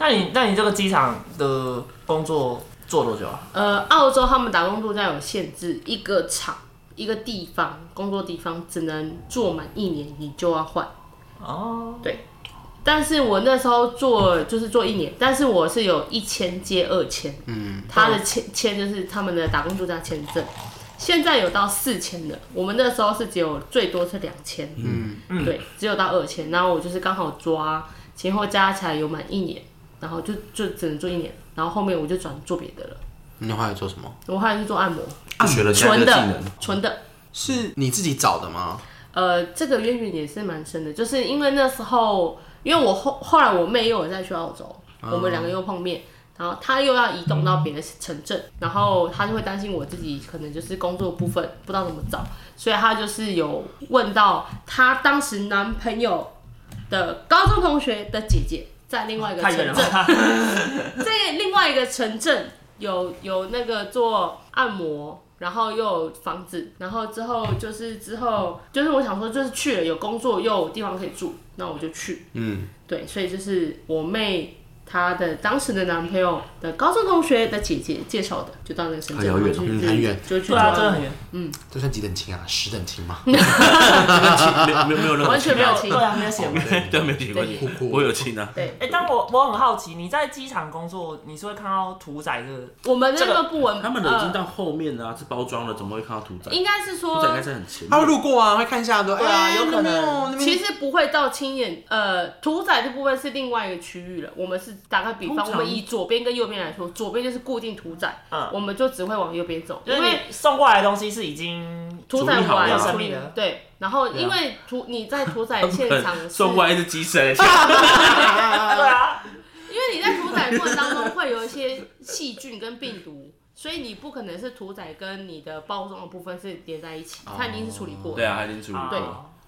Speaker 3: 那你那你这个机场的工作做多久啊？
Speaker 4: 呃，澳洲他们打工度假有限制，一个厂、一个地方工作地方只能做满一年，你就要换。
Speaker 3: 哦，
Speaker 4: 但是我那时候做就是做一年，但是我是有一千接二千，嗯，他的签签就是他们的打工度假签证，现在有到四千的，我们那时候是只有最多是两千，嗯，对，只有到二千，然后我就是刚好抓前后加起来有满一年，然后就就只能做一年，然后后面我就转做别的了，
Speaker 1: 你后来做什么？
Speaker 4: 我后来去做按摩，
Speaker 2: 就学了现在
Speaker 4: 纯
Speaker 2: 的技
Speaker 4: 的
Speaker 2: 能，
Speaker 4: 纯的，
Speaker 1: 是你自己找的吗？
Speaker 4: 呃，这个渊源也是蛮深的，就是因为那时候，因为我后后来我妹又有再去澳洲，
Speaker 2: 啊
Speaker 4: 我们两个又碰面，然后她又要移动到别的城镇，然后她就会担心我自己可能就是工作部分不知道怎么找，所以她就是有问到她当时男朋友的高中同学的姐姐在另外一个
Speaker 3: 太
Speaker 4: 城
Speaker 3: 远了
Speaker 4: 镇，
Speaker 3: 吧？
Speaker 4: 在另外一个城镇有有那个做按摩，然后又有房子，然后之后就是之后就是我想说就是去了有工作又有地方可以住，那我就去。
Speaker 1: 嗯，
Speaker 4: 对，所以就是我妹她的当时的男朋友的高中同学的姐姐介绍的，就到那个城镇，
Speaker 2: 很遥远
Speaker 4: 然后就
Speaker 1: 嗯很远，
Speaker 4: 就去
Speaker 3: 对啊，真
Speaker 4: 做
Speaker 3: 的很远。
Speaker 1: 这算几等亲啊？十等亲 吗？
Speaker 2: 没有没有没有任何
Speaker 4: 完全没有
Speaker 2: 亲
Speaker 4: 听
Speaker 3: 对。啊，没有写。
Speaker 2: 啊，对，没有习惯
Speaker 4: 对
Speaker 1: 酷酷
Speaker 2: 我有亲啊。
Speaker 4: 对，
Speaker 3: 哎，但我我很好奇，你在机场工作，你是会看到屠宰这个？
Speaker 4: 我们那
Speaker 3: 这
Speaker 4: 个
Speaker 3: 个
Speaker 4: 部文，
Speaker 2: 他们的已经
Speaker 4: 呃
Speaker 2: 到后面了啊，是包装了，怎么会看到屠宰？
Speaker 4: 应该是
Speaker 2: 屠
Speaker 4: 说
Speaker 2: 宰应该是很前
Speaker 1: 他会
Speaker 2: 面。
Speaker 1: 路过啊，会看一下都。
Speaker 3: 对啊
Speaker 1: 哎
Speaker 3: 有可能
Speaker 1: 那边有那边
Speaker 4: 其实不会到亲眼，呃，屠宰这部分是另外一个区域了，我们是打个比方，
Speaker 2: 通
Speaker 4: 我
Speaker 2: 常
Speaker 4: 们以左边跟右边来说，左边就是固定屠宰，
Speaker 3: 嗯，
Speaker 4: 我们就只会往右边走，
Speaker 3: 就
Speaker 4: 因
Speaker 3: 是
Speaker 4: 为
Speaker 3: 你送过来的东西是已经
Speaker 4: 屠宰完
Speaker 2: 处理好了
Speaker 4: 处理了，对，然后因为屠你在屠宰现场是
Speaker 2: 送过来一只鸡 神，
Speaker 3: 对啊，
Speaker 4: 因为你在屠宰过程当中会有一些细菌跟病毒，所以你不可能是屠宰跟你的包装的部分是连在一起，它一定是处理过
Speaker 2: 对
Speaker 4: 的，
Speaker 2: 啊，还能处理
Speaker 3: 啊
Speaker 4: 对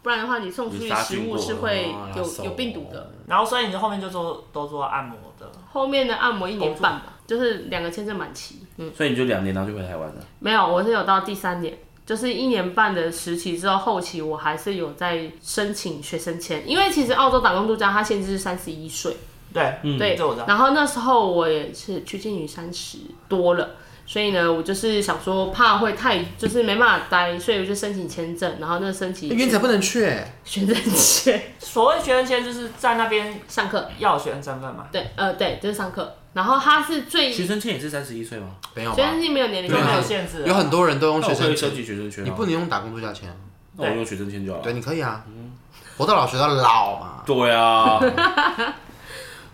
Speaker 4: 不然的话你送出去食物是会有有病毒的。
Speaker 3: 然后所以你后面就做都做按摩的，
Speaker 4: 后面的按摩一年半吧，就是两个签证满期，嗯，
Speaker 2: 所以你就两年，然后就回台湾了。
Speaker 4: 没有，我是有到第三年。就是一年半的实习之后，后期我还是有在申请学生签，因为其实澳洲打工度假它限制是三十一岁，
Speaker 3: 对，嗯，
Speaker 4: 对
Speaker 3: 这我知道，
Speaker 4: 然后那时候我也是趋近于三十多了，所以呢，我就是想说怕会太就是没办法待，所以我就申请签证，然后那申请
Speaker 1: 因为你才不能去、欸
Speaker 4: 学生签
Speaker 3: 所谓学生签就是在那边
Speaker 4: 上课，
Speaker 3: 要有学生身份嘛，
Speaker 4: 对，呃，对，就是上课。然后他是最
Speaker 2: 学
Speaker 4: 学
Speaker 2: 生签也是三十一岁吗？
Speaker 1: 没有吧嗯
Speaker 4: 生？签没有年龄
Speaker 3: 就
Speaker 4: 限
Speaker 1: 啊
Speaker 3: 没有
Speaker 4: 制，
Speaker 3: 限制，
Speaker 1: 有很多人都用
Speaker 2: 啊那
Speaker 1: 学
Speaker 2: 我可
Speaker 1: 生
Speaker 2: 以申
Speaker 1: 签，
Speaker 2: 请学生签啊，
Speaker 1: 你不能用打工度假签啊。
Speaker 2: 那我用学生签就好
Speaker 1: 对，
Speaker 2: 了。
Speaker 1: 你可以啊，
Speaker 2: 嗯
Speaker 1: 活到老学到老嘛。
Speaker 2: 对啊，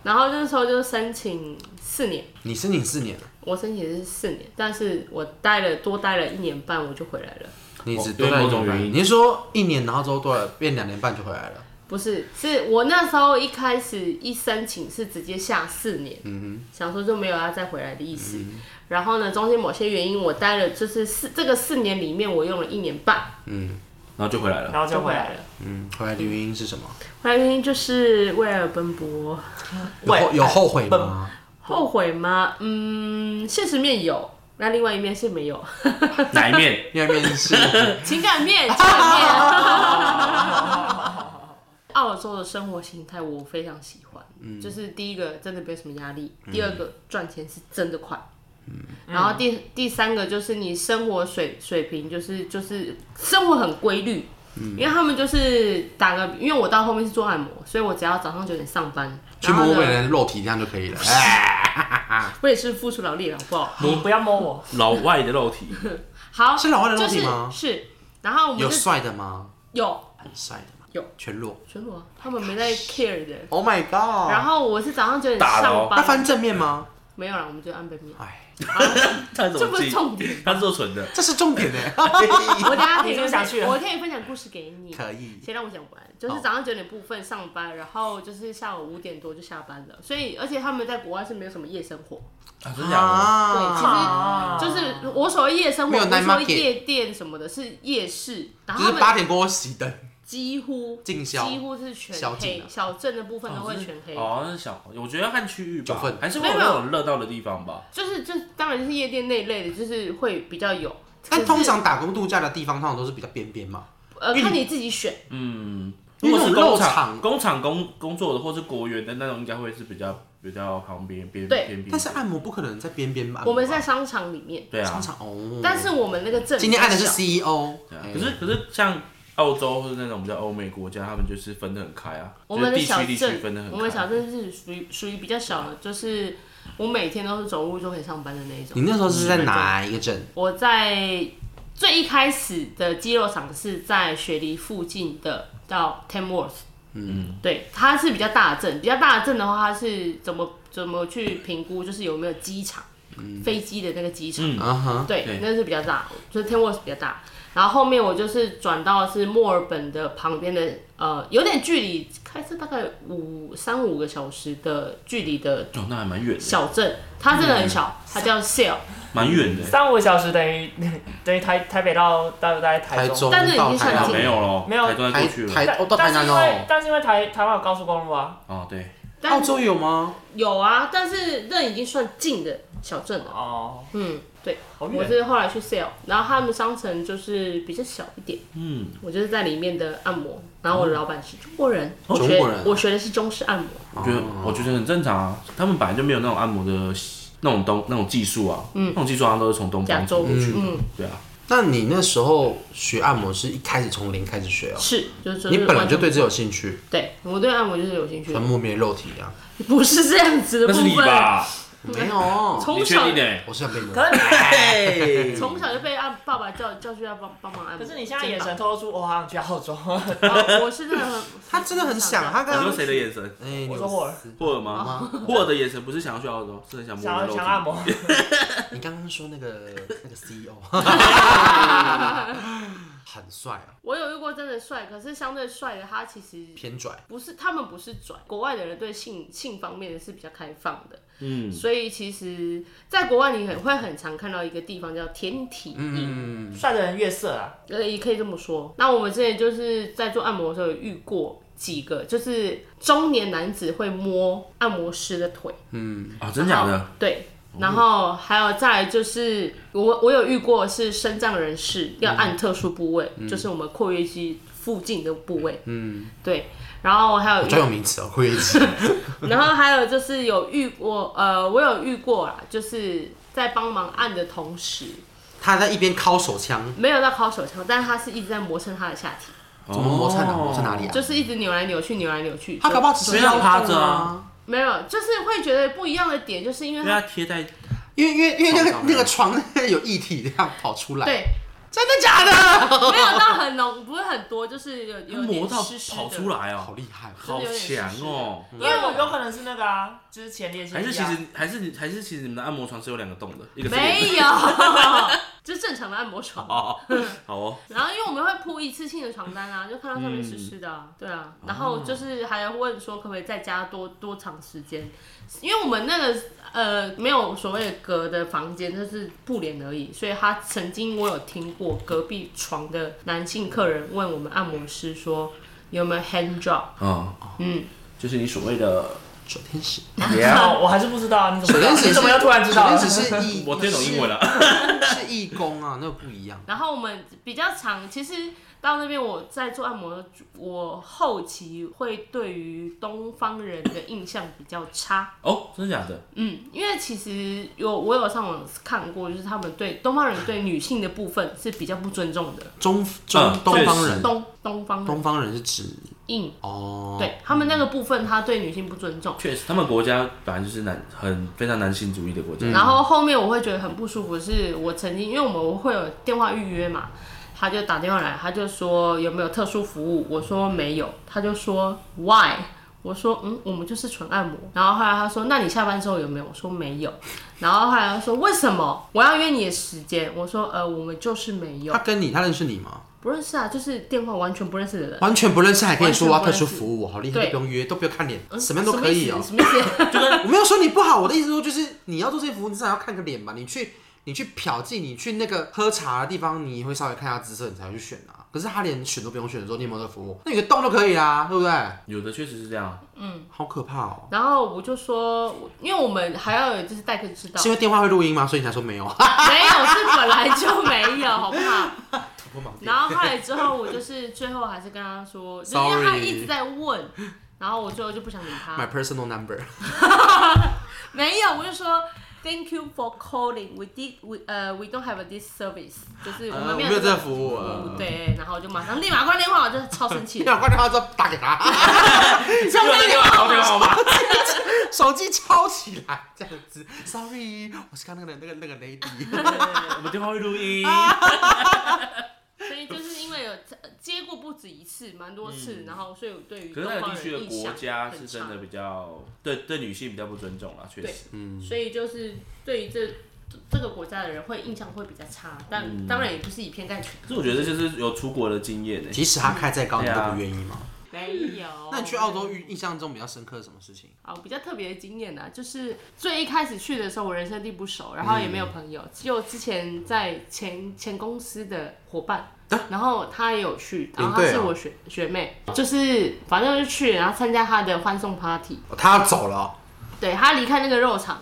Speaker 4: 然后那时候就申请四年，
Speaker 1: 你申请四年，
Speaker 4: 我申请的是四年，但是我待了多待了一年半，我就回来了。
Speaker 1: 你只
Speaker 2: 哦
Speaker 1: 多
Speaker 2: 因为
Speaker 1: 待一
Speaker 2: 某种
Speaker 1: 年半
Speaker 2: 原因
Speaker 1: 你是说一年，然后之后多了变两年半就回来了？
Speaker 4: 不是，是我那时候一开始一申请是直接下四年，
Speaker 3: 嗯
Speaker 4: 想说就没有要再回来的意思。然后呢，中间某些原因，我待了就是四这个四年里面，我用了一年半
Speaker 1: 嗯
Speaker 2: 然后就回来 了。
Speaker 3: 然后就回来
Speaker 4: 回
Speaker 3: 了，
Speaker 1: 嗯，回来的原因是什么？
Speaker 4: 回来原因就是为了奔波，
Speaker 1: 有后
Speaker 3: 喂哎
Speaker 1: 有后悔吗？
Speaker 4: 后悔吗？嗯，现实面有，那另外一面是没有，
Speaker 2: 哪一面？
Speaker 1: 因为面 试，
Speaker 4: 情感面，情感面。 澳洲的生活形态我非常喜欢，
Speaker 1: 嗯
Speaker 4: 就是第一个真的没有什么压力，第二个赚钱是真的快，
Speaker 1: 嗯
Speaker 4: 然后第第三个就是你生活水水平就是就是生活很规律，
Speaker 1: 嗯
Speaker 4: 因为他们就是打个，因为我到后面是做按摩，所以我只要早上九点上班，
Speaker 1: 去
Speaker 4: 然后
Speaker 1: 摸别
Speaker 4: 呢，
Speaker 1: 人的肉体这样就可以了。哎，
Speaker 4: 我也是付出劳力了，好不好？
Speaker 3: 你不要摸我，
Speaker 2: 老外的肉体，
Speaker 4: 好，
Speaker 1: 是老外的肉
Speaker 4: 就
Speaker 1: 体
Speaker 4: 是
Speaker 1: 吗
Speaker 4: 是，然后我们
Speaker 1: 有
Speaker 4: 就
Speaker 1: 帅的吗？
Speaker 4: 有
Speaker 1: 很帅的吗？
Speaker 4: 有
Speaker 1: 全裸。
Speaker 4: 全裸啊，他们没在 care 的。
Speaker 1: Oh my god！
Speaker 4: 然后我是早上九点
Speaker 2: 大
Speaker 4: 上
Speaker 2: 佬
Speaker 1: 哦那
Speaker 4: 班，
Speaker 1: 翻正面吗？
Speaker 4: 没有了，我们就按背面。
Speaker 1: 哎，
Speaker 2: 他怎
Speaker 4: 这不
Speaker 2: 么
Speaker 4: 是
Speaker 2: 记？
Speaker 4: 重点。
Speaker 2: 他是做纯的。
Speaker 1: 这是重点呢。
Speaker 4: 我等下可
Speaker 3: 你
Speaker 4: 以
Speaker 3: 是不是想去啊
Speaker 4: 我可以分享故事给你。
Speaker 1: 可以，
Speaker 4: 先让我讲完，就是早上九点部分上班，然后就是下午五点多就下班了，所以而且他们在国外是没有什么夜生活，
Speaker 2: 啊，真
Speaker 4: 啊
Speaker 3: 啊
Speaker 4: 就是我所谓夜生活，
Speaker 1: 没
Speaker 4: 不
Speaker 1: 有
Speaker 4: 是
Speaker 1: night
Speaker 4: 说
Speaker 1: market
Speaker 4: 夜店什么的，是夜市，然
Speaker 1: 就
Speaker 4: 后
Speaker 1: 是
Speaker 4: 他
Speaker 1: 八
Speaker 4: 们
Speaker 1: 点过后熄灯，
Speaker 4: 几乎
Speaker 1: 进销
Speaker 4: 几乎是全
Speaker 1: 宵禁
Speaker 4: 黑
Speaker 1: 啊，
Speaker 4: 小镇的部分都会全黑，
Speaker 2: 哦，那是小，我觉得看区域
Speaker 1: 九
Speaker 2: 吧
Speaker 1: 份，
Speaker 2: 还是会有
Speaker 4: 没有
Speaker 2: 那种热闹的地方吧。
Speaker 4: 就是就当然就是夜店那一类的，就是会比较有，可
Speaker 1: 但
Speaker 4: 是
Speaker 1: 通常打工度假的地方通常都是比较边边嘛，
Speaker 4: 呃
Speaker 1: 因为
Speaker 4: 看你自己选，
Speaker 2: 嗯，
Speaker 1: 因
Speaker 2: 如
Speaker 1: 为
Speaker 2: 果
Speaker 1: 那
Speaker 2: 是
Speaker 1: 种
Speaker 2: 工
Speaker 1: 肉
Speaker 2: 厂、
Speaker 1: 厂
Speaker 2: 工厂工工作的，或是国园的那种，应该会是比较比较旁边边
Speaker 4: 对啊
Speaker 2: 边边。
Speaker 1: 但是按摩不可能在边边按摩吧。
Speaker 4: 我们是在商场里面，
Speaker 2: 对啊
Speaker 1: 商，场哦，
Speaker 4: 但是我们那个镇
Speaker 1: 今天按的是
Speaker 4: 比较小
Speaker 1: CEO，
Speaker 2: 对啊
Speaker 1: 哎
Speaker 2: 可是可是像澳洲或者那种比较欧美国家，他们就是分得很开啊，
Speaker 4: 我们的
Speaker 2: 就是
Speaker 4: 小
Speaker 2: 地区地区
Speaker 4: 镇
Speaker 2: 分得，很
Speaker 4: 我们的小
Speaker 2: 开。
Speaker 4: 镇是属于属于比较小的，就是我每天都是走路就可以上班的那一
Speaker 1: 你
Speaker 2: 嗯
Speaker 4: 种。
Speaker 1: 那时候是在哪一个镇？
Speaker 4: 我在最一开始的肌肉厂是在雪梨附近的，叫 Tamworth，
Speaker 2: 嗯，
Speaker 4: 对，它是比较大的镇，比较大的镇的话，它是怎么怎么去评估，就是有没有机场，飞机的那个机场，
Speaker 2: 嗯
Speaker 1: 啊哈，
Speaker 4: 对
Speaker 2: 对，
Speaker 4: 那是比较大，就是 Tamworth 比较大。然后后面我就是转到是墨尔本的旁边的，呃，有点距离，开车大概五三五个小时的距离的
Speaker 2: 哦，那还蛮远的，
Speaker 4: 小镇，它真的
Speaker 1: 嗯
Speaker 4: 很小，它叫 Sale，
Speaker 2: 蛮远的。
Speaker 3: 三五个小时等于等于台台北到到大概台
Speaker 1: 台
Speaker 3: 中，
Speaker 1: 中
Speaker 4: 但是已经
Speaker 1: 到
Speaker 4: 算
Speaker 1: 台
Speaker 4: 近
Speaker 1: 南，
Speaker 2: 啊没有咯，
Speaker 3: 没有
Speaker 2: 台中在
Speaker 1: 台
Speaker 2: 过去了。
Speaker 1: 台哦到台
Speaker 3: 但是
Speaker 1: 南
Speaker 3: 因为
Speaker 1: 哦，
Speaker 3: 但是因为台台湾有高速公路啊，
Speaker 2: 哦，对，
Speaker 4: 但
Speaker 1: 澳洲有吗？
Speaker 4: 有啊，但是那已经算近的小镇了。
Speaker 3: 哦，
Speaker 4: 嗯，对，
Speaker 3: 好
Speaker 4: 我
Speaker 3: 远，
Speaker 4: 是后来去 Sale，然后他们商城就是比较小一点，
Speaker 2: 嗯，
Speaker 4: 我就是在里面的按摩，然后我的老板是中国人，我
Speaker 1: 哦中
Speaker 4: 学
Speaker 1: 国人
Speaker 4: 我学的是中式按摩，
Speaker 2: 我觉得我觉得很正常啊，他们本来就没有那种按摩的那种东那种技术啊，嗯，那种技术好像都是从东
Speaker 4: 亚
Speaker 2: 方
Speaker 4: 洲，
Speaker 2: 传过去的，
Speaker 4: 嗯，
Speaker 2: 对啊，
Speaker 1: 那你那时候学按摩是一开始从零开始学哦？
Speaker 4: 是，就是
Speaker 1: 你本来
Speaker 4: 完
Speaker 1: 就
Speaker 4: 全
Speaker 1: 对这有兴趣，
Speaker 4: 对我对按摩就是有兴趣
Speaker 1: 跟，摸别人肉体一样？
Speaker 4: 不是这样子的
Speaker 2: 嗯那
Speaker 4: 部
Speaker 2: 是你
Speaker 4: 分。
Speaker 2: 吧？
Speaker 1: 没有，
Speaker 4: 从
Speaker 2: 你确
Speaker 4: 小
Speaker 2: 定呢？欸
Speaker 1: 我是想被摸
Speaker 3: 可。是你
Speaker 1: 嘿
Speaker 4: 从小就被按爸爸叫叫去要帮帮忙按
Speaker 3: 可
Speaker 4: 摩。
Speaker 3: 是你现在眼神透露出我好想去澳洲，
Speaker 4: 肩膀，哦我是 真的很，
Speaker 1: 他真的很
Speaker 3: 啊
Speaker 1: 想，他
Speaker 2: 你
Speaker 1: 刚刚
Speaker 2: 说谁的眼神？
Speaker 1: 哎，你
Speaker 3: 我说霍尔
Speaker 2: 霍尔
Speaker 4: 啊
Speaker 2: 吗？ 霍尔的眼神不是想要去澳洲，是很想摸
Speaker 3: 想
Speaker 2: 你的
Speaker 3: 要
Speaker 2: 肉
Speaker 3: 想
Speaker 2: 体。
Speaker 3: 按摩。
Speaker 1: 你刚刚说那 个那个 CEO 很帅啊，
Speaker 4: 我有遇过真的帅，可是相对帅的他其实
Speaker 1: 偏拽，
Speaker 4: 不是，他们不是拽，国外的人对性性方面是比较开放的，
Speaker 2: 嗯，
Speaker 4: 所以其实在国外你很会很常看到一个地方叫天体营，
Speaker 1: 嗯，
Speaker 3: 帅的人越色啊，
Speaker 4: 呃、也可以这么说。那我们之前就是在做按摩的时候有遇过几个，就是中年男子会摸按摩师的腿，
Speaker 2: 啊，真假
Speaker 4: 然后
Speaker 2: 的？？
Speaker 4: 对。然后还有再来就是我我有遇过是身障人士要按特殊部位，就是我们括约肌附近的部位，嗯，对。然后还有
Speaker 1: 好专有名词哦，会一起，
Speaker 4: 然后还有就是有遇我呃，我有遇过啦，就是在帮忙按的同时，
Speaker 1: 他在一边敲手枪，
Speaker 4: 没有到敲手枪，但是他是一直在磨蹭他的下体，
Speaker 2: 哦怎
Speaker 1: 怎么摩擦哪摩擦哪里啊？
Speaker 4: 就是一直扭来扭去，扭来扭去。
Speaker 1: 他搞不好只
Speaker 2: 没
Speaker 1: 是
Speaker 2: 有
Speaker 1: 要
Speaker 2: 趴着啊，
Speaker 4: 没有，就是会觉得不一样的点，就是因为
Speaker 2: 因为
Speaker 4: 他
Speaker 2: 他贴在
Speaker 1: 因为因为因为那
Speaker 2: 床
Speaker 1: 个
Speaker 2: 上
Speaker 1: 那个床有液体这样跑出来，，
Speaker 4: 对
Speaker 1: 真的假的？
Speaker 4: 没有到很浓，不是很多，就是有有
Speaker 2: 磨
Speaker 4: 点
Speaker 2: 到
Speaker 4: 湿湿的。
Speaker 2: 跑出来
Speaker 1: 好
Speaker 2: 哦，
Speaker 1: 厉害，啊
Speaker 2: 好强哦！
Speaker 3: 因为我有可能是那个啊，就是前列腺
Speaker 2: 还
Speaker 3: 液啊。
Speaker 2: 是其实还是还是其实你们的按摩床是有两个洞的，一个是脸
Speaker 4: 没有，就是正常的按摩床。
Speaker 2: 哦，好哦，
Speaker 4: 然后因为我们会铺一次性的床单啊，就看到上面湿湿的、啊，对啊。然后就是还有问说可不可以在家多多长时间，因为我们那个呃没有所谓的隔的房间，就是布帘而已，所以他曾经我有听过隔壁床的男性客人问我们按摩师说有没有 hand job，
Speaker 2: 嗯
Speaker 4: 嗯，
Speaker 2: 就是你所谓的
Speaker 1: 小天使，
Speaker 3: 哦， 我还是不知道啊，你怎么
Speaker 1: 小天使
Speaker 3: 你
Speaker 1: 是
Speaker 3: 怎么又突然知道了？
Speaker 1: 小天使 是义， 啊
Speaker 2: 我听懂英文啊了，
Speaker 1: 是，是义工啊，那个不一样。
Speaker 4: 然后我们比较常，其实到那边我在做按摩，我后期会对于东方人的印象比较差。
Speaker 2: 哦，真的假的？
Speaker 4: 嗯，因为其实有我有上网看过，就是他们对东方人对女性的部分是比较不尊重的。
Speaker 1: 中中
Speaker 2: 嗯
Speaker 1: 东方
Speaker 2: 确
Speaker 1: 人，
Speaker 4: 东东方人
Speaker 1: 东方人是指
Speaker 4: 硬，
Speaker 1: 哦，，
Speaker 4: 对他们那个部分，他对女性不尊重。
Speaker 2: 确实，他们国家本来就是男很非常男性主义的国家，
Speaker 1: 嗯
Speaker 4: 然后后面我会觉得很不舒服，是我曾经因为我们会有电话预约嘛，他就打电话来，他就说有没有特殊服务，我说没有，他就说 why，我说嗯，我们就是纯按摩。然后后来他说那你下班之后有没有？我说没有。然后后来他说为什么我要约你的时间？我说呃，我们就是没有
Speaker 1: 他，跟你他认识你吗？
Speaker 4: 不认识啊，就是电话完全不认识的人。
Speaker 1: 完全不认识，还可以说我要特殊
Speaker 4: 完全不认识
Speaker 1: 服务，好厉害，
Speaker 4: 对
Speaker 1: 都不用约，都不用看脸，什么样
Speaker 4: 什
Speaker 1: 都
Speaker 4: 么
Speaker 1: 可以哦
Speaker 4: 意思。什么意思？
Speaker 1: 我没有说你不好，我的意思说就是你要做这些服务，你至少要看个脸吧。你去你去嫖妓，你去那个喝茶的地方，你会稍微看一下姿色，你才会去选啊。可是他连选都不用选的时候，你有没有这个服务？那有个洞都可以啦，对不对？
Speaker 4: 嗯
Speaker 2: 有的确实是这样，
Speaker 1: 好可怕哦！
Speaker 4: 然后我就说，因为我们还要有就是待客之道
Speaker 1: 是，因为电话会录音吗？所以你才说没有？
Speaker 4: 没有，是本来就没有，好不好？然后后来之后，我就是最后还是跟他说，就是因为他
Speaker 1: Sorry
Speaker 4: 一直在问，然后我最后就不想理
Speaker 1: My
Speaker 4: 他。
Speaker 1: personal number，
Speaker 4: 没有，我就说 Thank you for calling. We did we 呃、we don't have this service，就是我
Speaker 1: 呃
Speaker 4: 们
Speaker 1: 我没
Speaker 4: 没有
Speaker 1: 有
Speaker 4: 这
Speaker 1: 这
Speaker 4: 个
Speaker 1: 个服
Speaker 4: 服
Speaker 1: 务
Speaker 4: 务。呃
Speaker 1: 啊。
Speaker 4: 对，然后我就马上立马挂电话，我就超生气
Speaker 1: 你
Speaker 4: 的。
Speaker 1: 想挂电话之后打给他，
Speaker 2: 这个电话好电话吗？
Speaker 1: 手机敲起来这样子。Sorry，我是刚那个那个那个 lady。
Speaker 2: 我们电话会录音，
Speaker 4: 所以就是因为有呃接过不止一次，蛮多次，然后所以我对
Speaker 2: 嗯
Speaker 4: 于
Speaker 2: 可是
Speaker 4: 东
Speaker 2: 那个
Speaker 4: 方
Speaker 2: 地区
Speaker 4: 人
Speaker 2: 的
Speaker 4: 印
Speaker 2: 国
Speaker 4: 象
Speaker 2: 家
Speaker 4: 很
Speaker 2: 是真
Speaker 4: 差
Speaker 2: 的比较对对女性比较不尊重啦，确
Speaker 4: 对
Speaker 2: 实，
Speaker 4: 所以就是对于这这个国家的人会印象会比较差，但、
Speaker 2: 嗯
Speaker 4: 当然也不是以偏概全。
Speaker 2: 可是我觉得这就是有出国的经验欸呢。
Speaker 1: 即使他开再高，你
Speaker 2: 对
Speaker 1: 都
Speaker 2: 啊
Speaker 1: 不愿意吗？
Speaker 4: 没有。
Speaker 1: 那你去澳洲遇印象中比较深刻的什么事情？
Speaker 4: 啊，我比较特别的经验呢、就是最一开始去的时候，我人生地不熟，然后也
Speaker 1: 嗯
Speaker 4: 没有朋友，只有之前在前前公司的伙伴，然后他也有去，然后他
Speaker 1: 啊领队
Speaker 4: 是
Speaker 1: 啊
Speaker 4: 我学、学妹，就是反正就去，然后参加他的欢送 party，
Speaker 1: 哦他要走了哦，
Speaker 4: 对他离开那个肉场，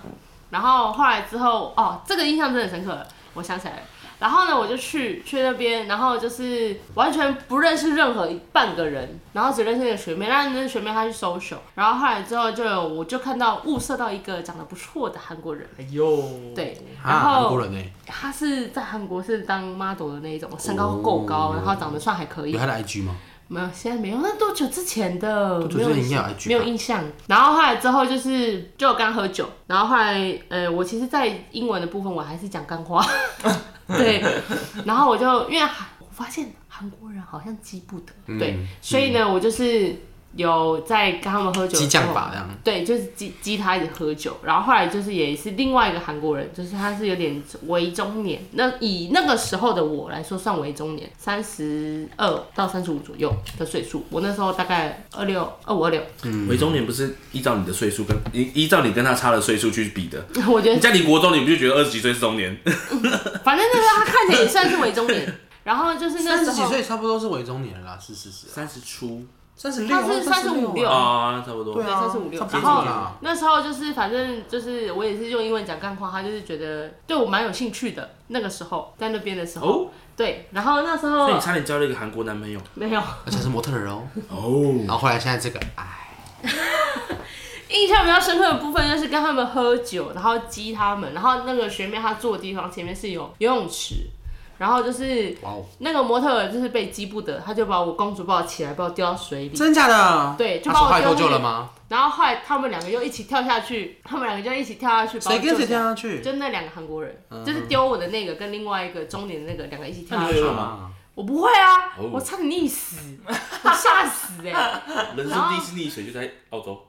Speaker 4: 然后后来之后，哦，这个印象真的很深刻了，我想起来了。然后呢，我就去去那边，然后就是完全不认识任何一半个人，然后只认识那个学妹，但是那个学妹她去 social，然后后来之后就有我就看到物色到一个长得不错的韩国人，
Speaker 3: 哎呦，
Speaker 4: 对，然
Speaker 1: 啊，韩
Speaker 4: 后
Speaker 1: 国人呢？
Speaker 4: 他是在韩国是当 model 的那一种，身高够高，然后长得算还可以
Speaker 1: 有，他的 IG 吗？
Speaker 4: 没有，现在没有，那多久之前的？
Speaker 1: 多久
Speaker 4: 没有
Speaker 1: 之前应该有 IG 吧
Speaker 4: 没有印象。然后后来之后就是 就有跟他喝酒，然后后来呃，我其实，在英文的部分我还是讲干话，对，然后我就因为韩我发现韩国人好像记不得，
Speaker 1: 嗯
Speaker 4: 对，所以呢，我就是有在跟他们喝酒，
Speaker 1: 激将法这样。
Speaker 4: 对，就是激激他一直喝酒，然后后来就是也是另外一个韩国人，就是他是有点为中年，那以那个时候的我来说算为中年，三十二到三十五左右的岁数，我那时候大概二六二五二六，
Speaker 2: 伪中年不是依照你的岁数跟依依照你跟他差的岁数去比的。
Speaker 4: 我觉
Speaker 2: 你
Speaker 4: 得
Speaker 2: 在你国中，你不就觉得二十几岁是中年？
Speaker 4: 反正那时候他看起来也算是为中年，然后就是那
Speaker 1: 三
Speaker 4: 时
Speaker 1: 十几
Speaker 4: 候
Speaker 1: 岁差不多是伪中年了啦，是是是，
Speaker 2: 三十出
Speaker 1: 三十
Speaker 4: 他
Speaker 1: 六
Speaker 4: 是三十五六，
Speaker 2: 啊，差不多。
Speaker 1: 对啊，
Speaker 4: 三十五六
Speaker 1: 差不
Speaker 4: 然
Speaker 1: 多
Speaker 4: 后
Speaker 1: 啦。
Speaker 4: 那时候就是反正就是我也是用英文讲干话，他就是觉得对我蛮有兴趣的。那个时候在那边的时候，
Speaker 2: 哦，
Speaker 4: 对，然后那时
Speaker 2: 所以
Speaker 4: 候
Speaker 2: 你差点交了一个韩国男朋友
Speaker 4: 没有
Speaker 1: 而且是模特儿哦，
Speaker 4: 嗯
Speaker 1: 然
Speaker 2: 哦。
Speaker 1: 后后来现在这个，哎，
Speaker 4: 印象比较深刻的部分就是跟他们喝酒，然后激他们，然后那个学妹她住的地方前面是有游泳池，然后就是
Speaker 1: 哇哦，
Speaker 4: 那个模特儿就是被激不得，他就把我公主抱起来，把我丢到水里。
Speaker 1: 真的假的？
Speaker 4: 嗯对就
Speaker 1: 他
Speaker 4: 把
Speaker 1: 说
Speaker 4: 我
Speaker 1: 后来
Speaker 4: 丢
Speaker 1: 够救
Speaker 4: 进
Speaker 1: 了吗？
Speaker 4: 然后后来他们两个又一起跳下去，他们两个就一起跳下去，把我
Speaker 1: 谁跟
Speaker 4: 救
Speaker 1: 谁
Speaker 4: 起来
Speaker 1: 掉下去？
Speaker 4: 就那两个韩国人，就是丢我的那个跟另外一个中年的那个两个一起跳
Speaker 2: 那
Speaker 4: 下
Speaker 2: 你会
Speaker 4: 去
Speaker 2: 游。泳吗？
Speaker 1: 啊
Speaker 4: 我不会啊，
Speaker 2: 哦
Speaker 4: 我差点溺死，我吓死哎、
Speaker 2: 人生第一次溺水就在澳 洲，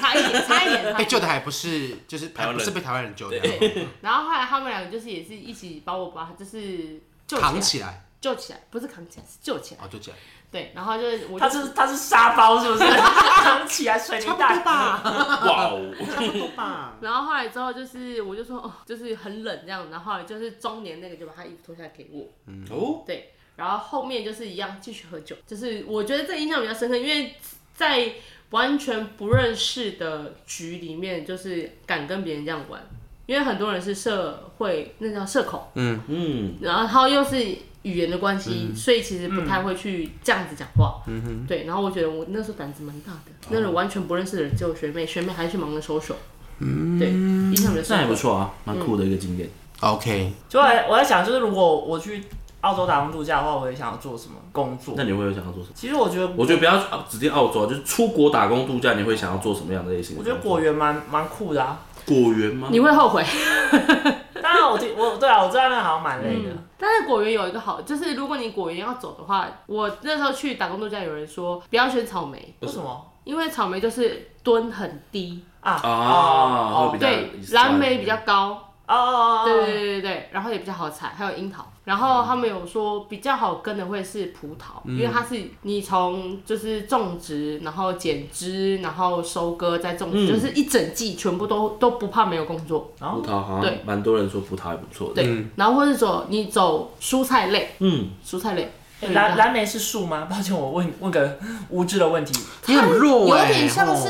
Speaker 4: 差一点，差一点，差
Speaker 1: 被
Speaker 4: 一
Speaker 1: 救哎的
Speaker 4: 点。
Speaker 1: 还不是，就是
Speaker 2: 台
Speaker 1: 还
Speaker 2: 湾
Speaker 1: 不
Speaker 2: 人
Speaker 1: 是被台湾人救的，
Speaker 4: 对，然后后来他们两个就是也是一起把我把就是救起
Speaker 1: 扛
Speaker 4: 来，
Speaker 1: 起来，
Speaker 4: 救起来，不是扛起来，是救起来。
Speaker 1: 哦，就 这样，
Speaker 4: 对，然后就是我
Speaker 3: 他
Speaker 4: 就是
Speaker 3: 他是沙包是不 是？扛起来水泥
Speaker 1: 差不
Speaker 3: 袋
Speaker 1: 多。吧，
Speaker 2: 哇哦！
Speaker 1: 差不多吧。
Speaker 4: 然后后来之后就是我就说哦，就是很冷这样，然后后来就是中年那个就把他衣服脱下来给我，
Speaker 2: 哦，
Speaker 4: 对，然后后面就是一样继续喝酒，就是我觉得这印象比较深刻，因为在完全不认识的局里面，就是敢跟别人这样玩，因为很多人是社会那叫社恐，
Speaker 2: 嗯，
Speaker 4: 然后又是语言的关系，所以其实不太会去这样子讲话。嗯哼，对，然后我觉得我那时候胆子蛮大的，那种完全不认识的人只有学妹，学妹还去忙着收手。嗯，对，印象比较
Speaker 2: 这
Speaker 4: 深
Speaker 2: 还
Speaker 4: 刻
Speaker 2: 不。错啊，蛮酷的一个经验。
Speaker 4: 嗯
Speaker 1: OK，
Speaker 3: 就我在我在想，就是如果我去澳洲打工度假的话，我也想要做什么工作
Speaker 2: 那？你会有想要做什么？
Speaker 3: 其实我觉得，
Speaker 2: 我觉得不要指定澳洲啊，就是出国打工度假，你会想要做什么样的类型的
Speaker 3: 我
Speaker 2: 工
Speaker 3: 觉
Speaker 2: 作？
Speaker 3: 得果园蛮蛮酷的啊。
Speaker 2: 果园吗？
Speaker 4: 你会后悔，
Speaker 3: 当然我听我对啊，我知道那个好像蛮累的。
Speaker 4: 但是果园有一个好，就是如果你果园要走的话，我那时候去打工度假，有人说不要选草莓，
Speaker 3: 为什么
Speaker 4: 因为草莓就是蹲很低，
Speaker 3: 啊？
Speaker 2: 啊，
Speaker 3: 哦
Speaker 2: 会比较
Speaker 4: 对，蓝莓比较高，
Speaker 3: 哦
Speaker 1: 嗯
Speaker 3: 哦哦，
Speaker 4: 对对对对对，然后也比较好采，还有樱桃。然后他们有说比较好跟的会是葡萄，
Speaker 1: 嗯
Speaker 4: 因为它是你从就是种植，然后剪枝，然后收割再种
Speaker 1: 嗯
Speaker 4: 植，就是一整季全部都都不怕没有工作。
Speaker 3: 哦
Speaker 2: 葡萄好像
Speaker 4: 对
Speaker 2: 蛮多人说葡萄还不错的。
Speaker 4: 对，
Speaker 1: 嗯
Speaker 4: 然后或者走你走蔬菜类，
Speaker 2: 嗯，
Speaker 4: 蔬菜类
Speaker 3: 欸蓝蓝莓是树吗？ 抱歉，我问问个无知的问题。
Speaker 1: 你很弱
Speaker 4: 有
Speaker 1: 哎，
Speaker 4: 点像
Speaker 1: 吼
Speaker 4: 是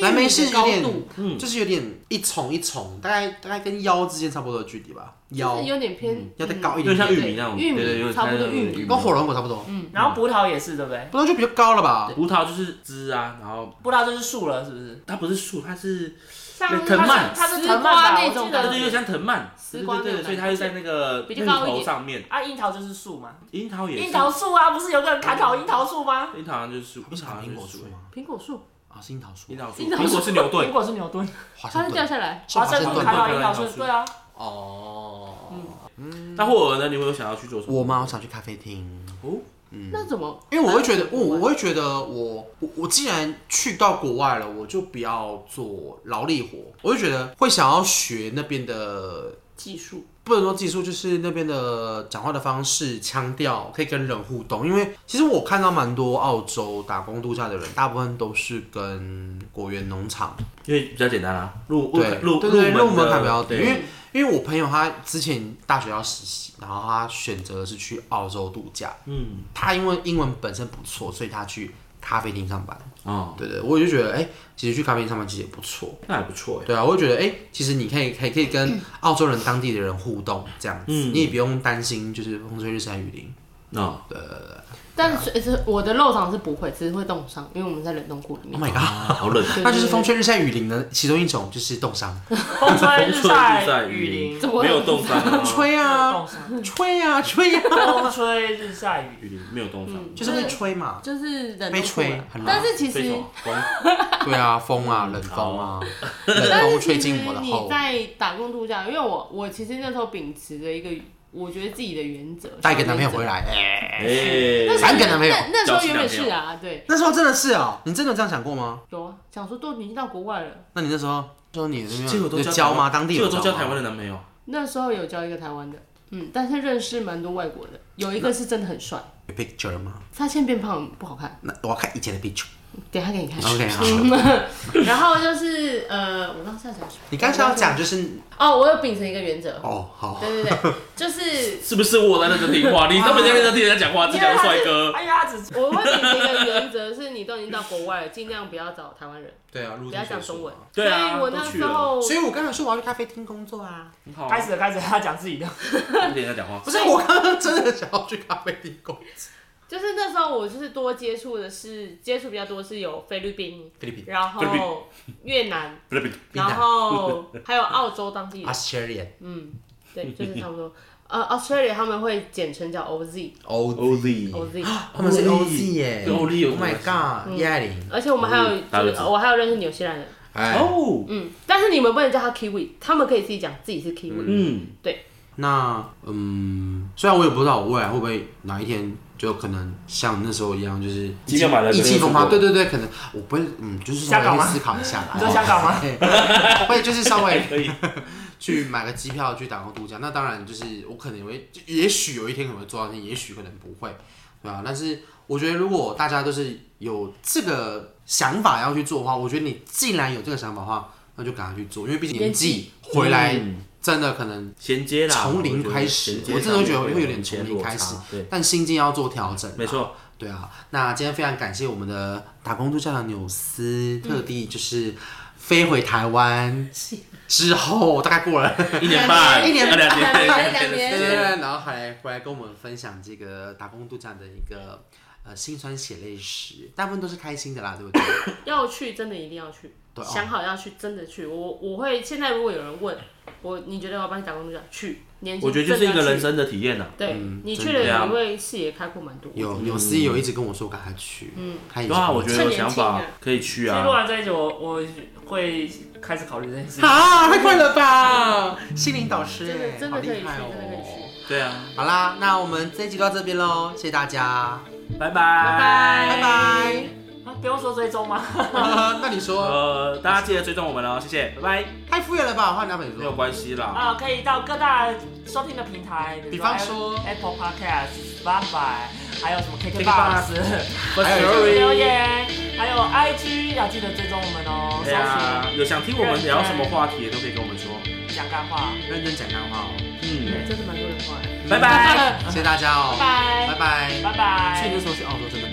Speaker 1: 蓝莓
Speaker 4: 玉
Speaker 1: 是
Speaker 4: 米的高
Speaker 1: 有点
Speaker 4: 度，
Speaker 2: 嗯
Speaker 1: 就是有点一重一重，大概大概跟腰之间差不多的距离吧，腰
Speaker 4: 就是有点偏
Speaker 1: 嗯
Speaker 4: 嗯
Speaker 1: 要再高一
Speaker 2: 有
Speaker 1: 点
Speaker 2: 点像
Speaker 1: 点，
Speaker 2: 玉米那种，
Speaker 4: 玉米
Speaker 2: 对对，有点
Speaker 4: 差不多
Speaker 2: 像那种
Speaker 4: 玉米
Speaker 1: 跟火龙果差不多，
Speaker 4: 嗯
Speaker 3: 然后葡萄也是对不对？
Speaker 1: 不然就比较高了吧？
Speaker 2: 葡萄就是枝啊，然后
Speaker 3: 葡萄就是树了，是不是？
Speaker 2: 它不是树，它是
Speaker 4: 像
Speaker 2: 藤蔓
Speaker 3: 它是
Speaker 4: 丝
Speaker 3: 藤蔓吧
Speaker 4: 瓜
Speaker 3: 我
Speaker 4: 那
Speaker 3: 记
Speaker 4: 种
Speaker 3: 得
Speaker 2: 它
Speaker 4: 感
Speaker 2: 就是有
Speaker 4: 觉
Speaker 2: 点。像藤蔓，对
Speaker 4: 丝瓜
Speaker 2: 对对，
Speaker 4: 那种
Speaker 2: 所以它就在那个
Speaker 4: 比
Speaker 2: 木
Speaker 4: 较高一点
Speaker 2: 头上面。
Speaker 3: 啊，樱桃就是树嘛。
Speaker 2: 樱桃也是，
Speaker 3: 樱桃树啊，不是有个人砍倒樱桃树吗？
Speaker 2: 樱桃好像就是树，
Speaker 1: 不是
Speaker 2: 好像
Speaker 1: 苹
Speaker 2: 就
Speaker 1: 果
Speaker 2: 是
Speaker 1: 啊树吗？
Speaker 4: 苹果树，
Speaker 1: 啊，是樱桃树
Speaker 2: 樱，桃树，
Speaker 4: 樱桃
Speaker 2: 苹果
Speaker 4: 树
Speaker 2: 是牛
Speaker 3: 苹
Speaker 2: 顿，
Speaker 3: 果是牛顿，啊
Speaker 1: 华
Speaker 4: 它
Speaker 1: 盛
Speaker 4: 是掉
Speaker 1: 顿
Speaker 4: 下来。
Speaker 1: 是
Speaker 3: 华
Speaker 1: 华
Speaker 3: 盛
Speaker 1: 盛
Speaker 3: 顿
Speaker 1: 顿
Speaker 3: 砍
Speaker 1: 吧
Speaker 3: 倒樱桃树，对啊。
Speaker 1: 哦。
Speaker 4: 嗯
Speaker 2: 嗯那霍尔呢？你会有想要去做什么？
Speaker 1: 我吗？我想去咖啡厅。
Speaker 4: 那怎么？
Speaker 1: 嗯因为我会觉得，
Speaker 4: 啊
Speaker 1: 哦我我会觉得我，我我既然去到国外了，我就不要做劳力活。我就觉得会想要学那边的，
Speaker 4: 技术
Speaker 1: 不能说技术，就是那边的讲话的方式、腔调，可以跟人互动。因为其实我看到蛮多澳洲打工度假的人，大部分都是跟果园农场
Speaker 2: 因为比较简单啦，入入
Speaker 1: 对
Speaker 2: 入
Speaker 1: 对对入
Speaker 2: 门
Speaker 1: 门
Speaker 2: 的
Speaker 1: 槛比较低，因
Speaker 2: 对
Speaker 1: 为因为我朋友他之前大学要实习，然后他选择的是去澳洲度假。
Speaker 2: 嗯
Speaker 1: 他因为英文本身不错，所以他去咖啡厅上班。
Speaker 2: 哦，
Speaker 1: 对对，我就觉得，哎、其实去咖啡厅上班其实也不错。
Speaker 2: 那还不错哎。
Speaker 1: 对啊，我就觉得，哎、其实你可以，可以，可以跟澳洲人、当地的人互动，这样子，
Speaker 2: 嗯
Speaker 1: 你也不用担心，就是风吹日晒雨淋。
Speaker 2: 那
Speaker 4: 但是是我的肉肠是不会，只是会冻伤，因为我们在冷冻库里面
Speaker 1: Oh。my
Speaker 2: 啊，
Speaker 1: god，
Speaker 2: 好 冷。
Speaker 4: 对
Speaker 1: 那就是风吹日晒雨淋的其中一种，就是冻伤。
Speaker 3: 风吹日
Speaker 2: 晒
Speaker 3: 晒
Speaker 2: 雨
Speaker 3: 雨
Speaker 2: 淋
Speaker 3: 淋，
Speaker 4: 怎么
Speaker 2: 没有冻伤啊，
Speaker 1: 吹啊，
Speaker 3: 冻伤
Speaker 1: 吹啊，吹啊，
Speaker 3: 风吹日晒雨
Speaker 2: 雨淋没有冻伤，
Speaker 1: 就是会吹嘛。
Speaker 4: 就是冷
Speaker 1: 被
Speaker 4: 冻库
Speaker 1: 吹
Speaker 4: 啦
Speaker 1: 很冷
Speaker 4: 但是嗯其
Speaker 2: 吹什
Speaker 4: 实，
Speaker 2: 么风
Speaker 1: 对啊，风啊，
Speaker 2: 嗯
Speaker 1: 冷风啊，
Speaker 2: 哦
Speaker 1: 冷
Speaker 4: 但
Speaker 1: 风
Speaker 4: 是
Speaker 1: 吹
Speaker 4: 其实
Speaker 1: 进我的
Speaker 4: 你
Speaker 1: 后。
Speaker 4: 在打工度假，因为我我其实那时候秉持着一个我觉得自己的原则。
Speaker 1: 带一个男朋友回
Speaker 4: 来，
Speaker 1: 来，哎
Speaker 2: 哎、
Speaker 4: 那时候
Speaker 1: 三个男朋友
Speaker 4: 那那时候原本
Speaker 2: 交
Speaker 4: 是
Speaker 2: 起
Speaker 4: 啊，对，
Speaker 1: 那时候真的是哦，你真的有这样想过吗？
Speaker 4: 有啊，想说都已经到国外了，
Speaker 1: 那你那时候说你那
Speaker 2: 结
Speaker 1: 边
Speaker 2: 果
Speaker 1: 有
Speaker 2: 都
Speaker 1: 有
Speaker 2: 交
Speaker 1: 交
Speaker 2: 台湾
Speaker 1: 吗？当地
Speaker 2: 结
Speaker 1: 有
Speaker 2: 果都
Speaker 1: 交
Speaker 2: 交台
Speaker 1: 吗
Speaker 2: 湾的男 朋友，
Speaker 4: 那时候有交一个台湾的，嗯，但是认识蛮多外国的，有一个是真的很帅，
Speaker 1: 有 picture 吗？
Speaker 4: 他现在变胖不好看，
Speaker 1: 那我要看以前的 picture。
Speaker 4: 等一下给你看。
Speaker 1: OK，好。
Speaker 4: 然后就是呃，我刚才讲什么？
Speaker 1: 你刚才要讲就是
Speaker 4: 哦，我有秉承一个原则，
Speaker 1: 哦，好，
Speaker 4: 对对对，就是
Speaker 2: 是不是我在认真听话？你 都没在认真听人家讲话，这叫帅哥。
Speaker 3: 哎呀，他只
Speaker 4: 我会秉承一个原则，是你都已经到国外了，尽量不要找台湾人，
Speaker 1: 对啊，不
Speaker 4: 不要讲中文。
Speaker 2: 对啊
Speaker 4: 所以我那时候
Speaker 1: 所以我刚才说我要去咖啡厅工作啊，
Speaker 2: 很好啊，
Speaker 3: 开始了开始了，他讲自己的，
Speaker 2: 认真人家讲话。
Speaker 1: 不是我刚刚真的想要去咖啡厅 工作。
Speaker 4: 就是那时候我就是多接触的是接触比较多是有菲律宾，
Speaker 1: 菲律宾、
Speaker 4: 然
Speaker 2: 菲律
Speaker 4: 后越南，
Speaker 2: 不是不是
Speaker 1: 冰岛
Speaker 4: 然后还有澳洲当
Speaker 2: 啊
Speaker 4: 地人，
Speaker 1: Australia、
Speaker 4: 嗯，对，就是差不多。呃，Australia 他们会简称叫 OZ，OZ，
Speaker 1: OZ，
Speaker 2: Oz，
Speaker 1: 他们是 OZ 耶
Speaker 2: 对 OZ 有
Speaker 1: Oh my
Speaker 4: 嗯
Speaker 1: god，亚玲，
Speaker 4: 而且我们还有
Speaker 2: OZ，大哦
Speaker 4: 就
Speaker 2: 日
Speaker 4: 是
Speaker 2: 子
Speaker 4: 我还有认识纽西兰人，
Speaker 1: 哎，
Speaker 2: 哦，
Speaker 4: 嗯，但是你们不能叫他 Kiwi，他们可以自己讲自己是 Kiwi，
Speaker 2: 嗯，
Speaker 1: 那嗯，虽然我也不知道我未来会不会哪一天就可能像那时候一样，就是
Speaker 2: 机票买了
Speaker 1: 意气风发，
Speaker 2: 就
Speaker 1: 对
Speaker 2: 是
Speaker 1: 对对，可能我不会，嗯，就是稍
Speaker 3: 香港
Speaker 1: 微
Speaker 3: 吗
Speaker 1: 思考一下啦，
Speaker 3: 你说香港吗？
Speaker 1: 对 会就是稍微
Speaker 2: 可以。
Speaker 1: 去买个机票去打工度假。那当然就是我可能也会，就也许有一天可能会做到，也许可能不会，对吧、但是我觉得如果大家都是有这个想法要去做的话，我觉得你既然有这个想法的话，那就赶快去做，因为毕竟年纪回来
Speaker 2: 嗯
Speaker 1: 真的可能。
Speaker 2: 衔接啦，
Speaker 1: 从零开始
Speaker 2: 衔接
Speaker 1: 我真的觉得
Speaker 2: 上面
Speaker 1: 会有点
Speaker 2: 衔
Speaker 1: 从零
Speaker 2: 落
Speaker 1: 开
Speaker 2: 差
Speaker 1: 始
Speaker 2: 对，
Speaker 1: 但心境要做调整、
Speaker 2: 没。错，
Speaker 1: 对啊，那今天非常感谢我们的打工度假的纽斯，特地就是飞回台湾之后，大概过了
Speaker 2: 一年半，啊
Speaker 1: 一年半
Speaker 2: 两年，
Speaker 1: 对
Speaker 4: 两年
Speaker 2: 的时
Speaker 1: 对对，
Speaker 2: 间
Speaker 1: 然后还来回来跟我们分享这个打工度假的一个呃辛酸血泪史，大部分都是开心的啦，对 不对？
Speaker 4: 嗯要去真的一定要去，
Speaker 2: 啊
Speaker 1: 对哦
Speaker 4: 想好要去真的去。我我会现在如果有人问我，你觉得我要帮你打工度假去？年轻
Speaker 2: 我觉得就是一个
Speaker 4: 真的要
Speaker 2: 人
Speaker 4: 去。
Speaker 2: 生的体验呐。
Speaker 4: 对、
Speaker 1: 嗯
Speaker 4: 你
Speaker 1: 真
Speaker 4: 去
Speaker 1: 的
Speaker 2: 对
Speaker 4: 了，
Speaker 2: 啊
Speaker 4: 你会视野开阔蛮多。
Speaker 1: 有有司仪有一直跟我说赶快去，嗯，他也
Speaker 2: 对啊，我觉得有
Speaker 4: 趁年
Speaker 2: 想
Speaker 4: 轻
Speaker 2: 法
Speaker 4: 啊
Speaker 2: 可以去
Speaker 3: 所以录
Speaker 2: 啊。
Speaker 3: 完这一集，我我会开始考虑这件事情。
Speaker 1: 啊，太快了吧，心灵导师
Speaker 4: 嗯真的
Speaker 1: 哎，
Speaker 4: 真的
Speaker 1: 好
Speaker 4: 可以
Speaker 1: 厉
Speaker 4: 去
Speaker 1: 害哦
Speaker 4: 真的可以去
Speaker 2: 对啊，
Speaker 1: 好啦，那我们这一集就到这边喽，谢谢大家，
Speaker 2: 拜拜
Speaker 4: 拜
Speaker 1: 拜拜。
Speaker 3: 啊不用说追踪吗？
Speaker 1: 那你说
Speaker 2: 呃，大家记得追踪我们哦，谢谢，拜拜。
Speaker 1: 太敷衍了吧？换男朋友
Speaker 2: 没有
Speaker 1: 说，
Speaker 2: 关系啦，
Speaker 3: 啊，可以到各大收听的平台，
Speaker 1: 比方说
Speaker 3: Apple Podcast、Spotify，还有什么
Speaker 2: KKBOX
Speaker 3: KKBox，
Speaker 1: 还有
Speaker 3: 就是留言，还有 IG 要记得追踪我们哦，
Speaker 2: 对啊
Speaker 3: 搜，
Speaker 2: 有想听我们聊什么话题也都可以跟我们说。
Speaker 3: 寻讲干话，
Speaker 1: 认真讲干话哦，
Speaker 2: 嗯，
Speaker 4: 真的蛮多人话的。
Speaker 2: 拜拜。
Speaker 1: 谢谢大家哦，拜
Speaker 4: 拜拜
Speaker 1: 拜。
Speaker 3: 拜拜。
Speaker 1: 所以那时候去澳洲真的